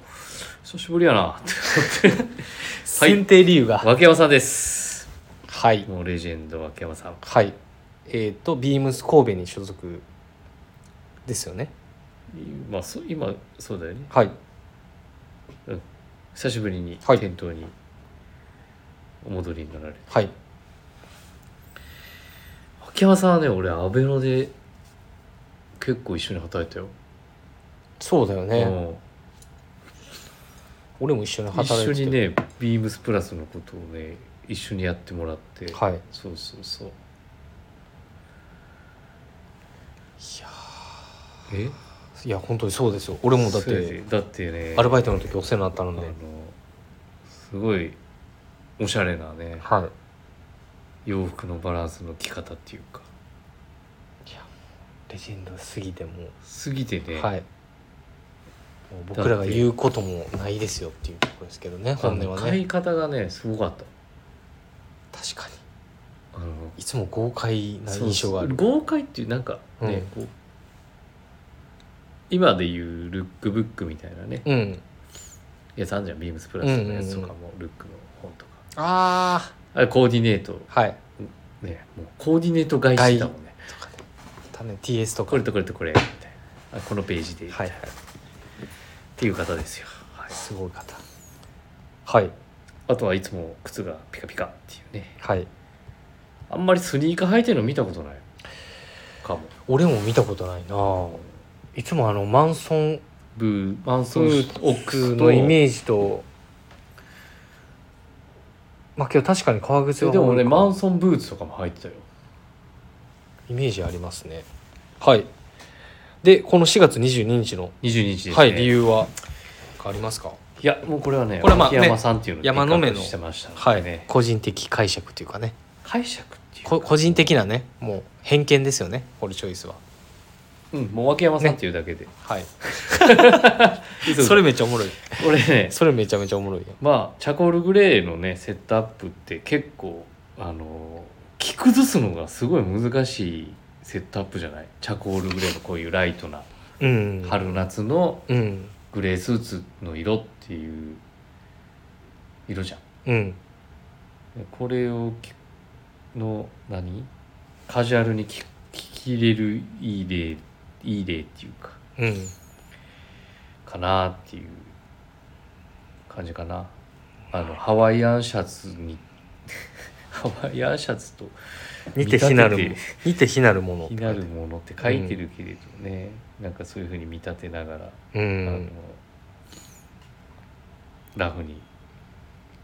S2: 久しぶりやな」 って
S1: 選定理由が
S2: 脇山さんです
S1: はい
S2: もうレジェンド脇山さん
S1: はいえっ、とビームス神戸に所属ですよね
S2: まあ、そ今そうだよね
S1: はい
S2: 久しぶりに
S1: はい
S2: 店頭にお戻りになられて、
S1: はい
S2: 脇山さんはね俺アベノで結構一緒に働いたよ、
S1: そうだよね、
S2: うん
S1: 俺も一緒に働
S2: 一緒
S1: いて
S2: に
S1: て
S2: ねビームスプラスのことをね一緒にやってもらって、
S1: はいいや
S2: そうそうそうえ
S1: ーいや本当にそうですよ俺もだっ
S2: そうや
S1: て
S2: でだってね
S1: アルバイトの時お世話になった
S2: あ
S1: の
S2: の
S1: で、
S2: すごいおしゃれなね
S1: はい
S2: 洋服のバランスの着方っていうか
S1: レジェンドすぎてもう
S2: すぎてね、
S1: はい。もう僕らが言うこともないですよっていうところですけどね、
S2: あ
S1: 本
S2: の
S1: 音は
S2: 買
S1: ね。
S2: い方がねすごかった
S1: 確かに。
S2: あの
S1: いつも豪快な印象がある。
S2: そうそう豪快っていうなんかね、こう今でいうルックブックみたいなね
S1: うん。
S2: やつあんじゃんビームスプラスのやつとかも、ルックの本とか
S1: あ
S2: あれコーディネート
S1: あ、はい。
S2: ねもうコーディネート買いしてたもんね
S1: とかね。たね、TS とか。
S2: これとこれとこれみたいなあこのページで、
S1: はい
S2: っ
S1: は
S2: ていう方ですよ、はい
S1: い。、すごい方。はい。
S2: あとはいつも靴がピカピカっていうね
S1: はい。
S2: あんまりスニーカー履いてるの見たことないかも
S1: 俺も見たことないなぁいつもあの、マンソン
S2: ブーマン
S1: ブ
S2: ソンオッ
S1: ー
S2: ク
S1: ツ
S2: スと
S1: のイメージと、まあ今日確かに革靴
S2: それ
S1: は
S2: でも
S1: 多い
S2: 俺
S1: か
S2: マンソンブーツとかも履いてたよ
S1: イメージありますねはいでこの4月22日の、
S2: 22日ですね、
S1: はい理由はありますか
S2: いやもうこれはね
S1: これはまあ
S2: 脇山さんっていうのを
S1: ね山の目の
S2: ピックアップしてましたの
S1: は
S2: で
S1: い、
S2: ね、
S1: 個人的解釈というかね
S2: 解釈っていうか
S1: こ個人的なねもう偏見ですよねこれチョイスは
S2: うんもう脇山さんっていうだけで、
S1: はい
S2: そう
S1: それめっちゃおもろい
S2: 俺ね
S1: それめちゃめちゃおもろいよ
S2: まあチャコールグレーのねセットアップって結構あの着崩すのがすごい難しいセットアップじゃないチャコールグレーのこういうライトな
S1: うん
S2: 春夏の
S1: うん
S2: グレースーツの色っていう色じゃん
S1: うん
S2: これを着の何カジュアルに着着れるいい例いい例っていうか
S1: うん
S2: かなっていう感じかなあのハワイアンシャツに ハワイアンシャツと
S1: 似て非なるも
S2: 見
S1: の
S2: 立
S1: 似 て非なるもの
S2: 気になるものって書いてるけれどね、なんかそういうふうに見立てながら、
S1: う
S2: あの
S1: ん
S2: ラフに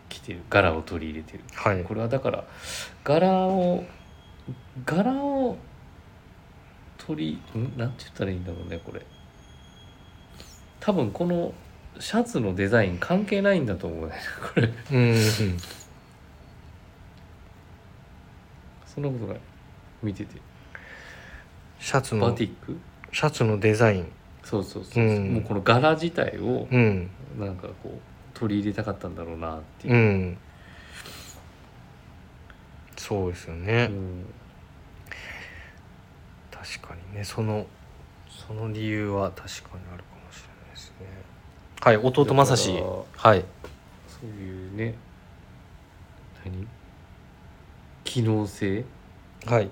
S2: 着てる柄を取り入れてる
S1: はい
S2: これはだから柄を柄を取りんなんて言ったらいいんだろうねこれ多分このシャツのデザイン関係ないんだと思うねこれ
S1: うん
S2: そんなことない見てて
S1: シャツ
S2: バ
S1: の
S2: ティック
S1: シャツのデザイン
S2: そうそうそうそう、
S1: うん
S2: もうこの柄自体を
S1: うん
S2: なんかこう取り入れたかったんだろうなっていうう、
S1: んそうですよ
S2: う
S1: ね、
S2: ん
S1: 確かにねそのその理由は確かにあるかもしれないですねはい弟まさし
S2: だから
S1: はい
S2: そういうね何機能性
S1: はい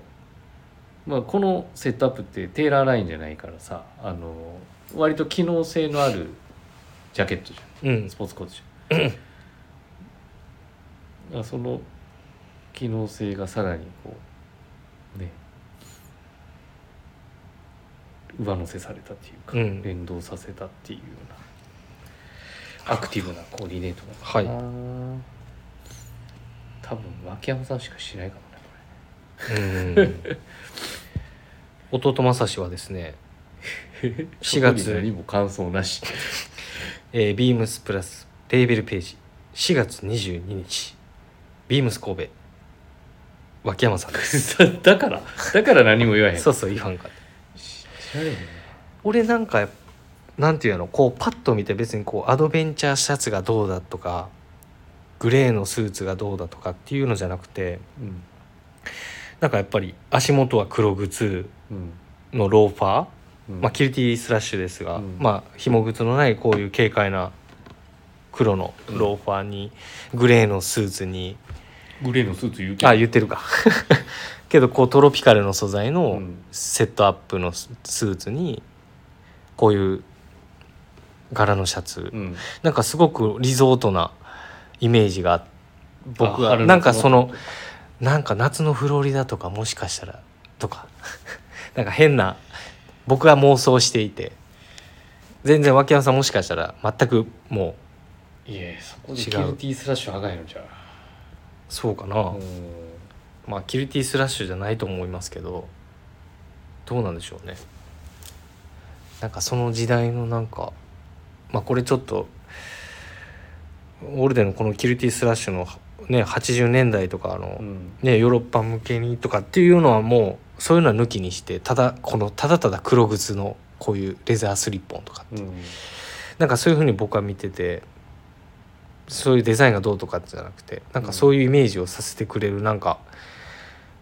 S2: まあ、このセットアップってテーラーラインじゃないからさあの割と機能性のあるジャケットじ
S1: う
S2: ゃん
S1: ん
S2: スポーツコートじ ゃんあその機能性がさらにこうね上乗せされたっていうか、
S1: うん
S2: 連動させたっていうようなアクティブなコーディネートなのかな、多分脇山さんしかしないかもねこ
S1: う
S2: れ
S1: ん弟まさしはですね、4月
S2: 特に何も感想なし
S1: えー、ビームスプラスレーベルページ4月22日ビームス神戸脇山さんです
S2: だ だからだから何も言わへん
S1: そうそう言わんかった
S2: し知られへんね
S1: 俺なんかなんていうのこうパッと見て別にこうアドベンチャーシャツがどうだとかグレーのスーツがどうだとかっていうのじゃなくて
S2: うん
S1: なんかやっぱり足元は黒靴
S2: うん
S1: のローファー、
S2: うん
S1: まあ、キルティスラッシュですが、
S2: うん
S1: まあ紐靴のないこういう軽快な黒のローファーにグレーのスーツに、
S2: グレーのスーツ言うて
S1: あ言ってるか けどこうトロピカルの素材
S2: う
S1: の
S2: ん
S1: セットアップのススーツにこういう柄のシャツ、
S2: うん
S1: なんかすごくリゾートなイメージがあっ僕は
S2: あ春の
S1: なんかそのなんか夏のフロリダとかもしかしたらとか なんか変な僕が妄想していて全然脇山さんもしかしたら全くも
S2: いやそこで
S1: 違う
S2: キルティスラッシュはがへんのじゃ
S1: うそうかな、
S2: あうん
S1: まあキルティスラッシュじゃないと思いますけどどうなんでしょうねなんかその時代のなんかまあこれちょっとオールデンのこのキルティスラッシュのね80年代とかあの、
S2: うん
S1: ね、ヨーロッパ向けにとかっていうのはもうそういうのは抜きにしてただこのただただ黒靴のこういうレザースリッポンとか
S2: うん
S1: なんかそういうふうに僕は見ててそういうデザインがどうとかじゃなくてなんかそういうイメージをさせてくれるなんか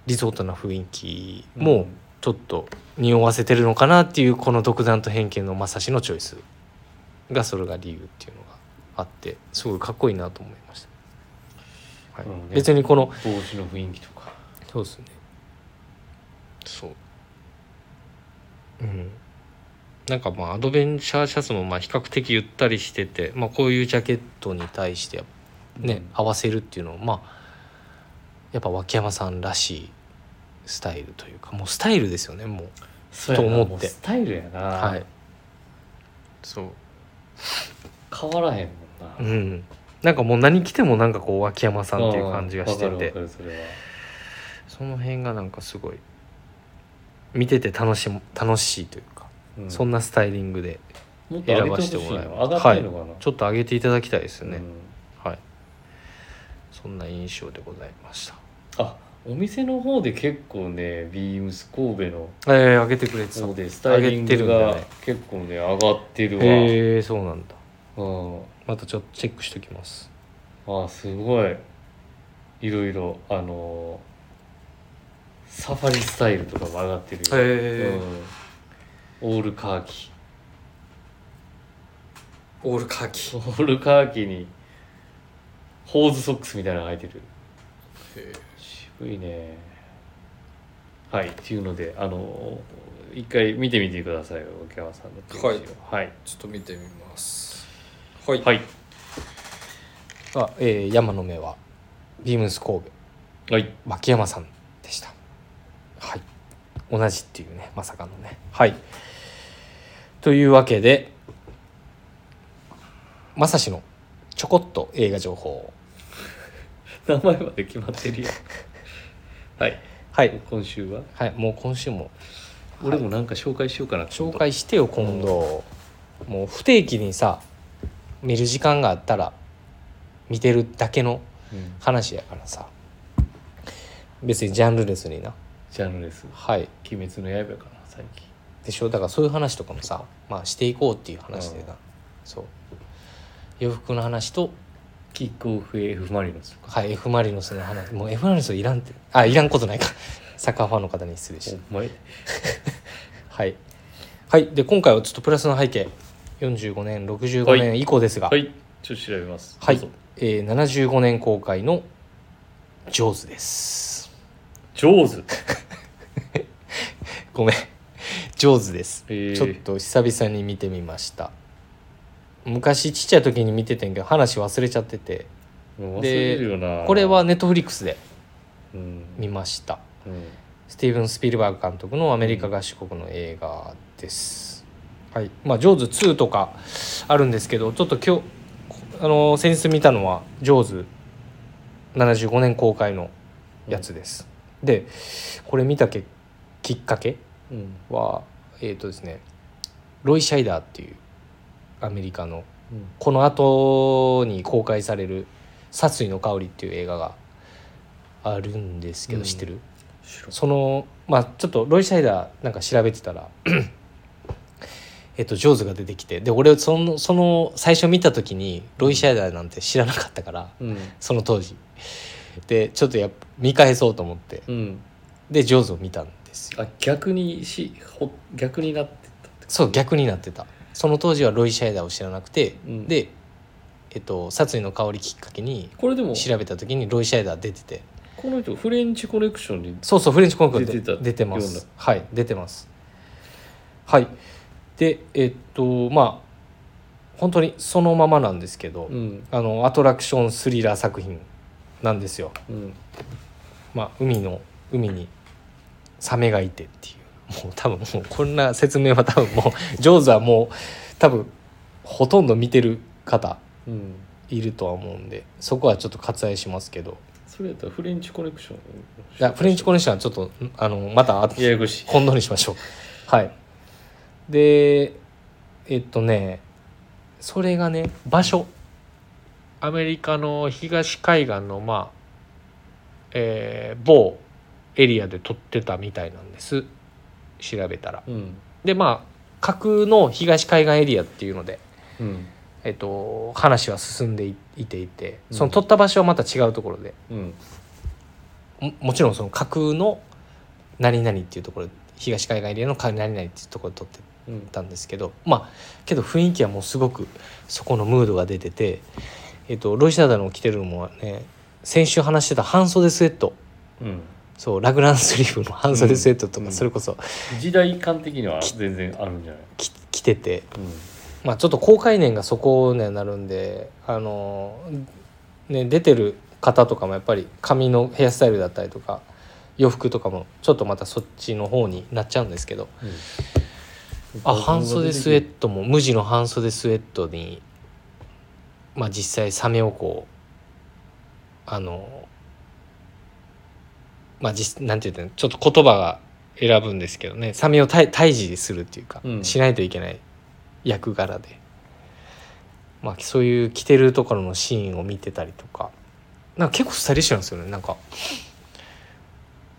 S1: リゾートな雰囲気もちょっと匂わせてるのかなっていうこの独断と偏見のまさしのチョイスがそれが理由っていうのがあってすごいかっこいいなと思いました。はい
S2: うんね
S1: 別にこの
S2: 帽子の雰囲気とか
S1: そうですねそううんなんかまあアドベンチャーシャツもまあ比較的ゆったりしてて、まあ、こういうジャケットに対してね、
S2: うん
S1: 合わせるっていうのもまあやっぱ脇山さんらしいスタイルというかもうスタイルですよねもう
S2: そうやな
S1: と思って
S2: もうスタイルやな、
S1: はいそう
S2: 変わらへんもんな、
S1: うんなんかもう何着てもなんかこう脇山さんっていう感じがして
S2: うんわかる
S1: て
S2: わかるそれは
S1: その辺がなんかすごい見てて楽しも楽しいというか
S2: うん
S1: そんなスタイリングで
S2: もっと上げてほしい
S1: 選ばせてもらい
S2: の
S1: ます
S2: 上がってるのかな、
S1: ちょっと上げていただきたいですよね、
S2: うん
S1: はいそんな印象でございました
S2: あお店の方で結構ねビームス神戸の
S1: えー、上げてくれてた
S2: 方
S1: へ
S2: でスタイリング
S1: 上げてるん
S2: が
S1: だね
S2: 結構ね上がってるわ、
S1: えー、そうなんだ
S2: うん、
S1: またちょっとチェックしときます
S2: あすごいいろいろあのーサファリスタイルとかも上がってるよ、
S1: へ
S2: うん、オールカーキ
S1: オールカーキ
S2: オールカーキにホーズソックスみたいなの履いてる渋いねはいっていうのであの一回見てみてください沖山さんのページをはい
S1: ちょっと見てみますはい
S2: はい
S1: あえー山の目はビームス神戸
S2: はい
S1: 脇山さんでしたはい同じっていうねまさかのねはいというわけでまさしのちょこっと映画情報
S2: 名前まで決まって るよはい
S1: はい、
S2: 今週は
S1: はい、もう今週も
S2: 俺もなんか紹介しようかな今
S1: 紹
S2: 度
S1: 介してよ今度、もう不定期にさ見る時間があったら見てるだけの
S2: うん
S1: 話やからさ別にジャンルレスにな
S2: ジャンルレス
S1: はい
S2: 鬼滅の刃かな最近
S1: でしょだからそういう話とかもさ、まあ、していこうっていう話でな、そう洋服の話と、
S2: キックオフ F ・マリノス
S1: はい、F ・マリノスの話もう F ・マリノスいらんってあいらんことないか サッカーファンの方に失礼した
S2: お前
S1: はい、はい、で今回はちょっとプラスの背景45年65年以降ですが、
S2: はいちょっと調べます
S1: はい
S2: どうぞ
S1: えー75年公開の「ジョーズ」です
S2: 上手
S1: ごめん 「ジョーズ」です
S2: えー
S1: ちょっと久々に見てみました昔ちっちゃい時に見ててんけど話忘れちゃってて
S2: もう忘れるよな
S1: これはネットフリックスで
S2: うん
S1: 見ました
S2: うん
S1: スティーブン・スピルバーグ監督のアメリカ合衆国の映画です。はいまあ、ジョーズ2とかあるんですけどちょっと今日あの先日見たのは「ジョーズ75年公開のやつです。でこれ見たけきっかけ
S2: うん
S1: はえっ、とですねロイ・シャイダーっていうアメリカの
S2: うん
S1: この後に公開される「殺意の香り」っていう映画があるんですけど、
S2: うん
S1: 知ってる
S2: 知らん
S1: そのまあちょっとロイ・シャイダーなんか調べてたら えっと、ジョーズが出てきてで俺そのその最初見た時にロイ・シャイダーなんて知らなかったから
S2: うん
S1: その当時でちょっとやっぱ見返そうと思って
S2: うん
S1: でジョーズを見たんですよ
S2: あ逆にしほ逆になってったってこ
S1: そう逆になってたその当時はロイ・シャイダーを知らなくて、
S2: うん
S1: で、えっと、殺意の香りきっかけに
S2: とこれでも
S1: 調べた時にロイ・シャイダー出てて
S2: この人フレンチコレクションに
S1: そうそうフレンチコンクールで
S2: 出てた
S1: 出てま
S2: よう
S1: すはい出てますはいでえっとまあ本当にそのままなんですけど、
S2: うん
S1: あのアトラクションスリラー作品なんですよ
S2: うん
S1: まあ海の海にサメがいてっていうもう多分もうこんな説明は多分もうジョーズはもう多分ほとんど見てる方
S2: うん
S1: いるとは思うんでそこはちょっと割愛しますけど
S2: それやったらフレンチコレクション
S1: いやフレンチコ
S2: レ
S1: ネクションはちょっとあのまた
S2: ややこしい
S1: 今度にしましょうはいでえっとねそれがね場所
S3: アメリカの東海岸のまあ、えー某エリアで撮ってたみたいなんです調べたら
S2: うん
S3: でまあ架空の東海岸エリアっていうので、
S2: うん
S3: えっと、話は進んでいいていて
S2: うん
S3: その撮った場所はまた違うところで、
S2: うん
S1: ももちろんその架空の何々っていうところ東海岸エリアの何々っていうところで撮って
S2: うん
S1: たんですけどまあけど雰囲気はもうすごくそこのムードが出てて、えっと、ロイシャーダの着てるのもね先週話してた半袖スウェット
S2: うん
S1: そうラグランスリーブの半袖スウェットと
S2: うんう
S1: か
S2: ん
S1: それこそ
S2: 時代感的には全然あるんじゃない
S1: き着ててまあ、ちょっと高概念がそこにはなるんであの、ね、出てる方とかもやっぱり髪のヘアスタイルだったりとか洋服とかもちょっとまたそっちの方になっちゃうんですけど
S2: うん
S1: あ半袖スウェットも無地の半袖スウェットに、まあ、実際サメをこうあのまあ実なんて言うのちょっと言葉が選ぶんですけどねサメを退退治するっていうか、
S2: うん
S1: しないといけない役柄で、まあ、そういう着てるところのシーンを見てたりとかなんか結構スタイリッシュなんですよねなんか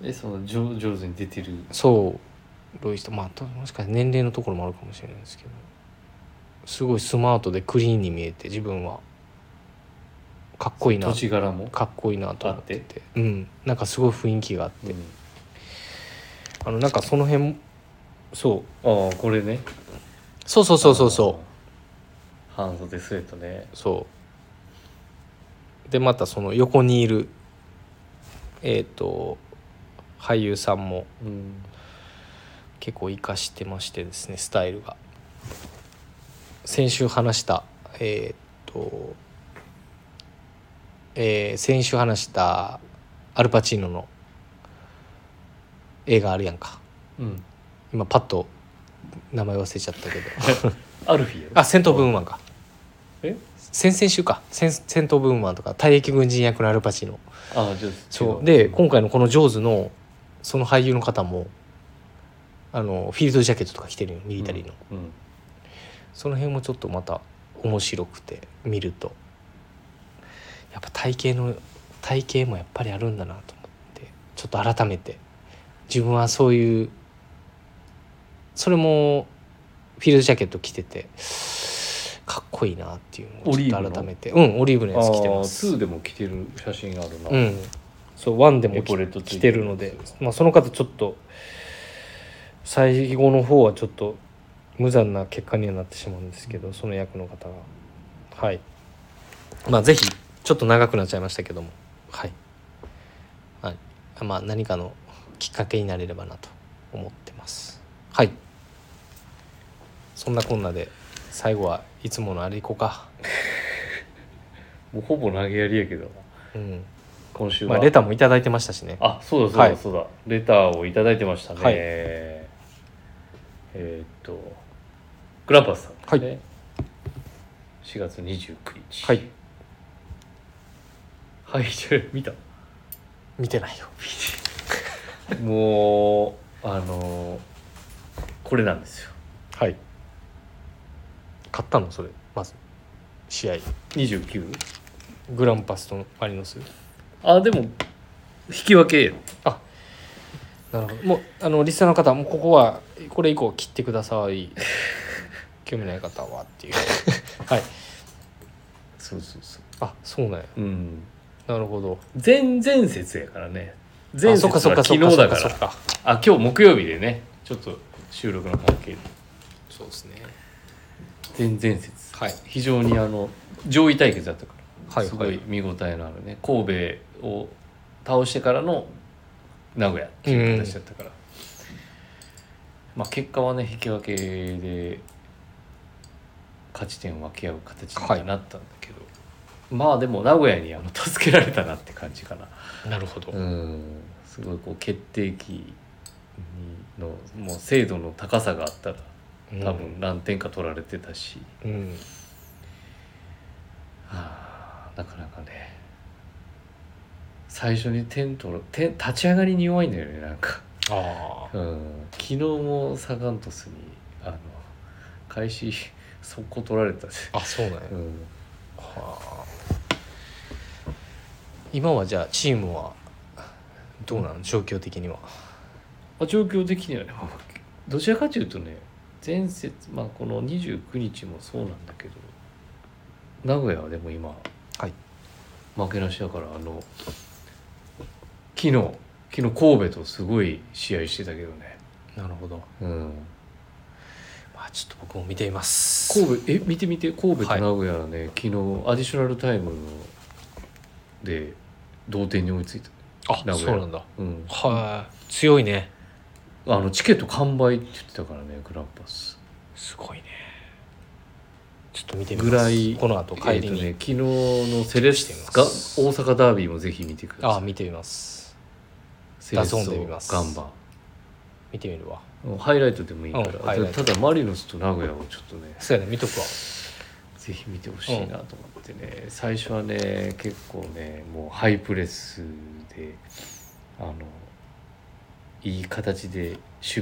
S2: えその上上手に出てる
S1: そうロイスとまあともしかして年齢のところもあるかもしれないですけどすごいスマートでクリーンに見えて自分はかっこいいな
S2: 土地柄も
S1: かっこいいなと思っててうんなんかすごい雰囲気があって、
S2: うん
S1: あのなんかその辺もそう
S2: ああこれね
S1: そうそうそうそうそう
S2: 半袖スウェットね
S1: うそうでまたその横にいるえっ、と俳優さんも
S2: うん
S1: 結構活かしてましてですねスタイルが先週話したえーっと、えー先週話したアルパチーノの映画あるやんか
S2: うん
S1: 今パッと名前忘れちゃったけど
S2: アルフィーやろ
S1: あ戦闘ブーマンか
S2: え
S1: 先々週か戦戦闘ブーマンとか退役軍人役のアルパチーノ
S2: ああじゃあ
S1: そう
S2: 違
S1: で今回のこの「ジョーズのその俳優の方もあのフィールドジャケットとか着てるよミリタリーの、
S2: うん
S1: その辺もちょっとまた面白くて見るとやっぱ体型の体型もやっぱりあるんだなと思ってちょっと改めて自分はそういうそれもフィールドジャケット着ててかっこいいなっていうのをちょっと改めてうんオリーブのやつ着てます
S2: あー2でも着てる写真があるな、
S1: うん、そう1でも
S2: エポレッ
S1: き
S2: ト
S1: 来
S2: つい
S1: て
S2: て
S1: る
S2: る
S1: ので
S2: やつ、
S1: まあ、その方ちょっと最後の方はちょっと無残な結果にはなってしまうんですけどその役の方がはいまあぜひちょっと長くなっちゃいましたけどもはい、はい、まあ何かのきっかけになれればなと思ってますはいそんなこんなで最後はいつものあれいこうか
S2: もうほぼ投げやりやけどな
S1: うん
S2: 今週は、
S1: まあレターもいただいてましたしね
S2: あそうだそう
S1: は
S2: だ
S1: い
S2: そうだ、レターをいただいてましたね、
S1: はい
S2: えーっとグランパスさんですね、4月29日
S1: はい
S2: はいじゃあ見た
S1: 見てないよ
S2: もうあのーこれなんですよ
S1: はい買ったのそれまず試合
S2: 29?
S1: グランパスとマリノス
S2: あでも引き分け
S1: なるほどもうあのリスナーの方もうここはこれ以降切ってください
S3: 興味ない方は っていうはい
S2: そうそうそ
S3: あそうなんや
S2: ううん
S3: なるほど
S2: 前々節やからね前
S3: あ
S2: 節
S3: そっ
S2: は
S3: かそっ
S2: 昨
S3: かそ
S2: 日
S3: っか
S2: だ
S3: そっ
S2: か
S3: からそっか
S2: あ今日木曜日でねちょっと収録の関係で
S1: そうですね
S2: 前々節
S1: はい
S2: 非常にあの上位対決だったから
S3: はい
S2: す
S3: は
S2: ごい
S3: い
S2: 見応えのあるね神戸を倒してからの名古屋っていう形だったから、まあ、結果はね引き分けで勝ち点を分け合う形にはなったんだけど、まあでも名古屋にあの助けられたなって感じかな、
S3: なるほど、
S2: うん、すごいこう決定機のもう精度の高さがあったら多分何点か取られてたし。
S3: うん、うん
S2: はあなかなかね最初に点取る点立ち上がりに弱いんだよねなんか、
S3: あ
S2: うん、昨日もサガン鳥栖にあの開始速攻取られたし、
S3: ああそうなんや、
S2: うん、
S3: はあ
S1: 今はじゃあチームはどうなの状況的には
S2: まあ状況的にはね まあどちらかというとね前節まあこの29日もそうなんだけど名古屋はでも今、
S1: はい
S2: 負けなしだからあの昨日昨日神戸とすごい試合してたけどね、
S1: なるほど
S2: うん、
S1: まあちょっと僕も見ています
S2: 神戸え見て見て神戸と
S1: はい
S2: 名古屋はね、昨日アディショナルタイムので同点に追いついた、
S1: あ
S2: 名古屋
S1: そうなんだ
S2: うん、
S1: はい強いね
S2: あのチケット完売って言ってたからねグランパス
S1: すごいねちょっと見てみます
S2: ぐらい
S1: この後帰りに、
S2: えーとね、昨日のセレッソが
S1: して
S2: 大阪ダービーもぜひ見てくだ
S1: あ
S2: さい
S1: 見てみます
S2: セレッ
S1: ダ
S2: ソ
S1: ゾーンで見ます
S2: ガンバ
S1: 見てみるわ
S2: ハイライトでもいいから、
S1: うんハイライト
S2: ただマリノスと名古屋をちょっとね
S1: そうやね見とくわ
S2: ぜひ見てほしいなと思ってね、最初はね結構ねもうハイプレスであのいい形で守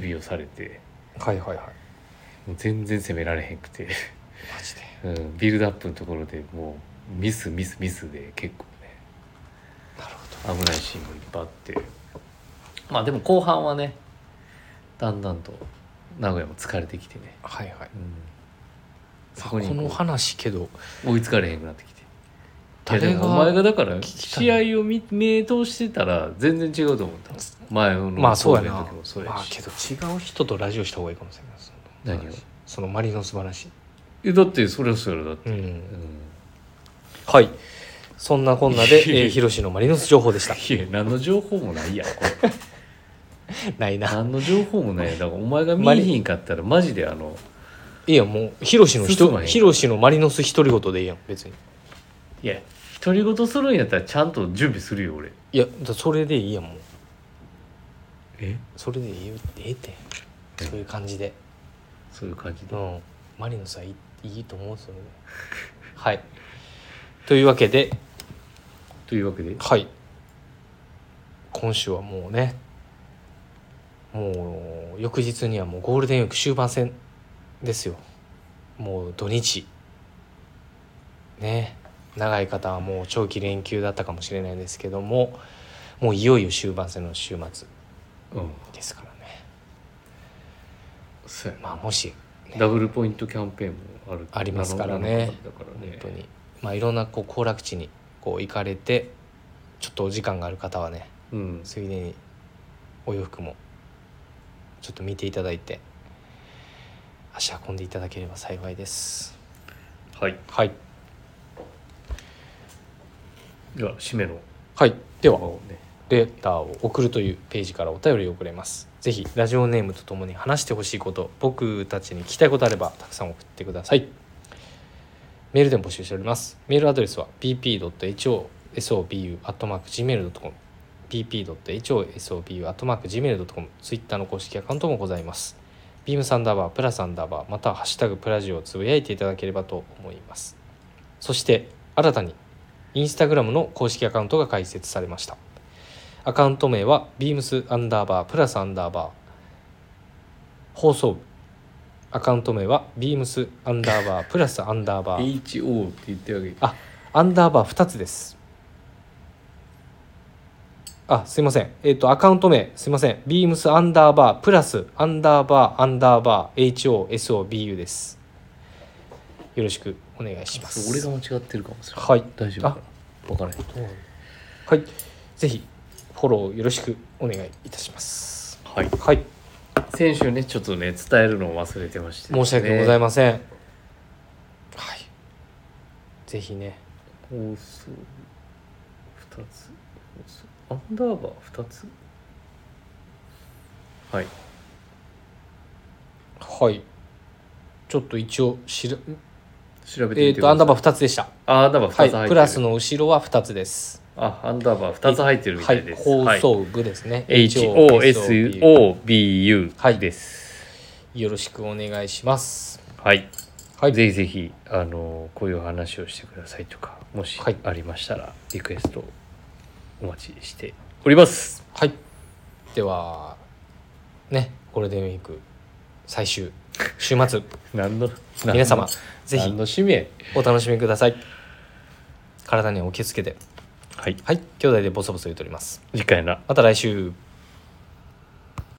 S2: 備をされて
S1: はいはいはい
S2: もう全然攻められへんくて、
S1: マジで
S2: うん、ビルドアップのところでもうミスミスミスで結構ね
S1: なるほど
S2: 危ないシーンもいっぱいあってまあでも後半はねだんだんと名古屋も疲れてきてね、
S1: はいはい
S2: うん、そ
S1: こ
S2: こに
S1: の
S2: こ
S1: 話けど
S2: う追いつかれへんくなってきて。いや
S1: 誰
S2: で
S1: が
S2: もお前がだから
S1: きたい
S2: 試合を見目通してたら全然違うと思った前の
S1: まあそうやな
S2: 神戸の時もそうや
S1: まあ
S2: し
S1: けど違う人とラジオした方がいいかもしれないその
S2: 何を
S1: そのマリノス話
S2: えだってそれはそうやろだって、
S1: う
S2: うんん、
S1: はいそんなこん なで、えー、ヒロシのマリノス情報でした
S2: いや何の情報もないやんこれ
S1: ないな
S2: 何の情報もないやんだからお前が見えへんかったらマジであの
S1: いいやんもうヒロシのひ
S2: 進ま
S1: と
S2: へん
S1: ヒロシのマリノス独り言でいいやん別に
S2: いや独り言するんやったらちゃんと準備するよ俺
S1: いやだそれでいいやんもう
S2: え
S1: それでいいよええってそういう感じで
S2: そういう感じで、
S1: うんマリノスはいいいいと思うそれではいというわけで
S2: というわけで
S1: はい今週はもうねもう翌日にはもうゴールデンウィーク終盤戦ですよもう土日ね長い方はもう長期連休だったかもしれないですけどももういよいよ終盤戦の週末
S2: うん
S1: ですからね
S2: そうやな
S1: まあもし
S2: ダブルポイントキャンペーンもある
S1: ありますからね
S2: だから
S1: 本
S2: ね
S1: 当にまあいろんなこう行楽地にこう行かれてちょっとお時間がある方はね
S2: うん
S1: ついでにお洋服もちょっと見ていただいて足運んでいただければ幸いです
S2: はい
S1: はい
S2: では締めの
S1: はいでは
S2: 言葉をね
S1: レターを送るというページからお便りを送れますぜひラジオネームとともに話してほしいこと僕たちに聞きたいことあればたくさん送ってくださいメールでも募集しておりますメールアドレスは bp.hosobu.gmail.com bp.hosobu.gmail.com ツイッターの公式アカウントもございますビームサンダーバープラサンダーバーまたはハッシュタグプラジオをつぶやいていただければと思いますそして新たにインスタグラムの公式アカウントが開設されましたアカウント名は beams アンダーバープラスアンダーバー放送部アカウント名は beams アンダーバープラスアンダーバー
S2: HO って言ってあげる
S1: あアンダーバー2つですあすいませんえっ、とアカウント名すいません beams アンダーバープラスアンダーバーアンダーバー HOSOBU ですよろしくお願いします
S2: 俺が間違ってるかもしれない
S1: はい
S2: 大丈夫かな分からへん
S1: はいぜひフォローよろしくお願いいたします
S2: はい
S1: はい
S2: 先週ねちょっとね伝えるのを忘れてまして、
S1: 申し訳ござい
S2: ま
S1: ません、はいぜひね
S2: せん放送2つ放送アンダーバー2つはい
S1: はいちょっと一応知る
S2: 調べて
S1: え
S2: み
S1: っ、
S2: てくだ
S1: と
S2: さい
S1: アンダーバー2つでした
S2: あアンダーバー2つ
S1: は
S2: 入っ
S1: い
S2: てる、
S1: プラスの後ろは2つです
S2: あアンダーバー2つ入ってるみた
S1: はいい
S2: です、
S1: 放
S2: はい
S1: 送部ですね、HOSOB
S2: HOSOBU です
S1: よろしくお願いします
S2: はい、
S1: はい
S2: ぜひぜひあのこういう話をしてくださいとかもし
S1: はい
S2: ありましたら、リクエストお待ちしております
S1: はいではねゴールデンウィーク最終 週末
S2: 何の何の
S1: 皆様ぜひ
S2: 何の使命
S1: お楽しみください体にはお気をつけて
S2: はい
S1: はい兄弟でボソボソ言うとります
S2: 次回な
S1: また来週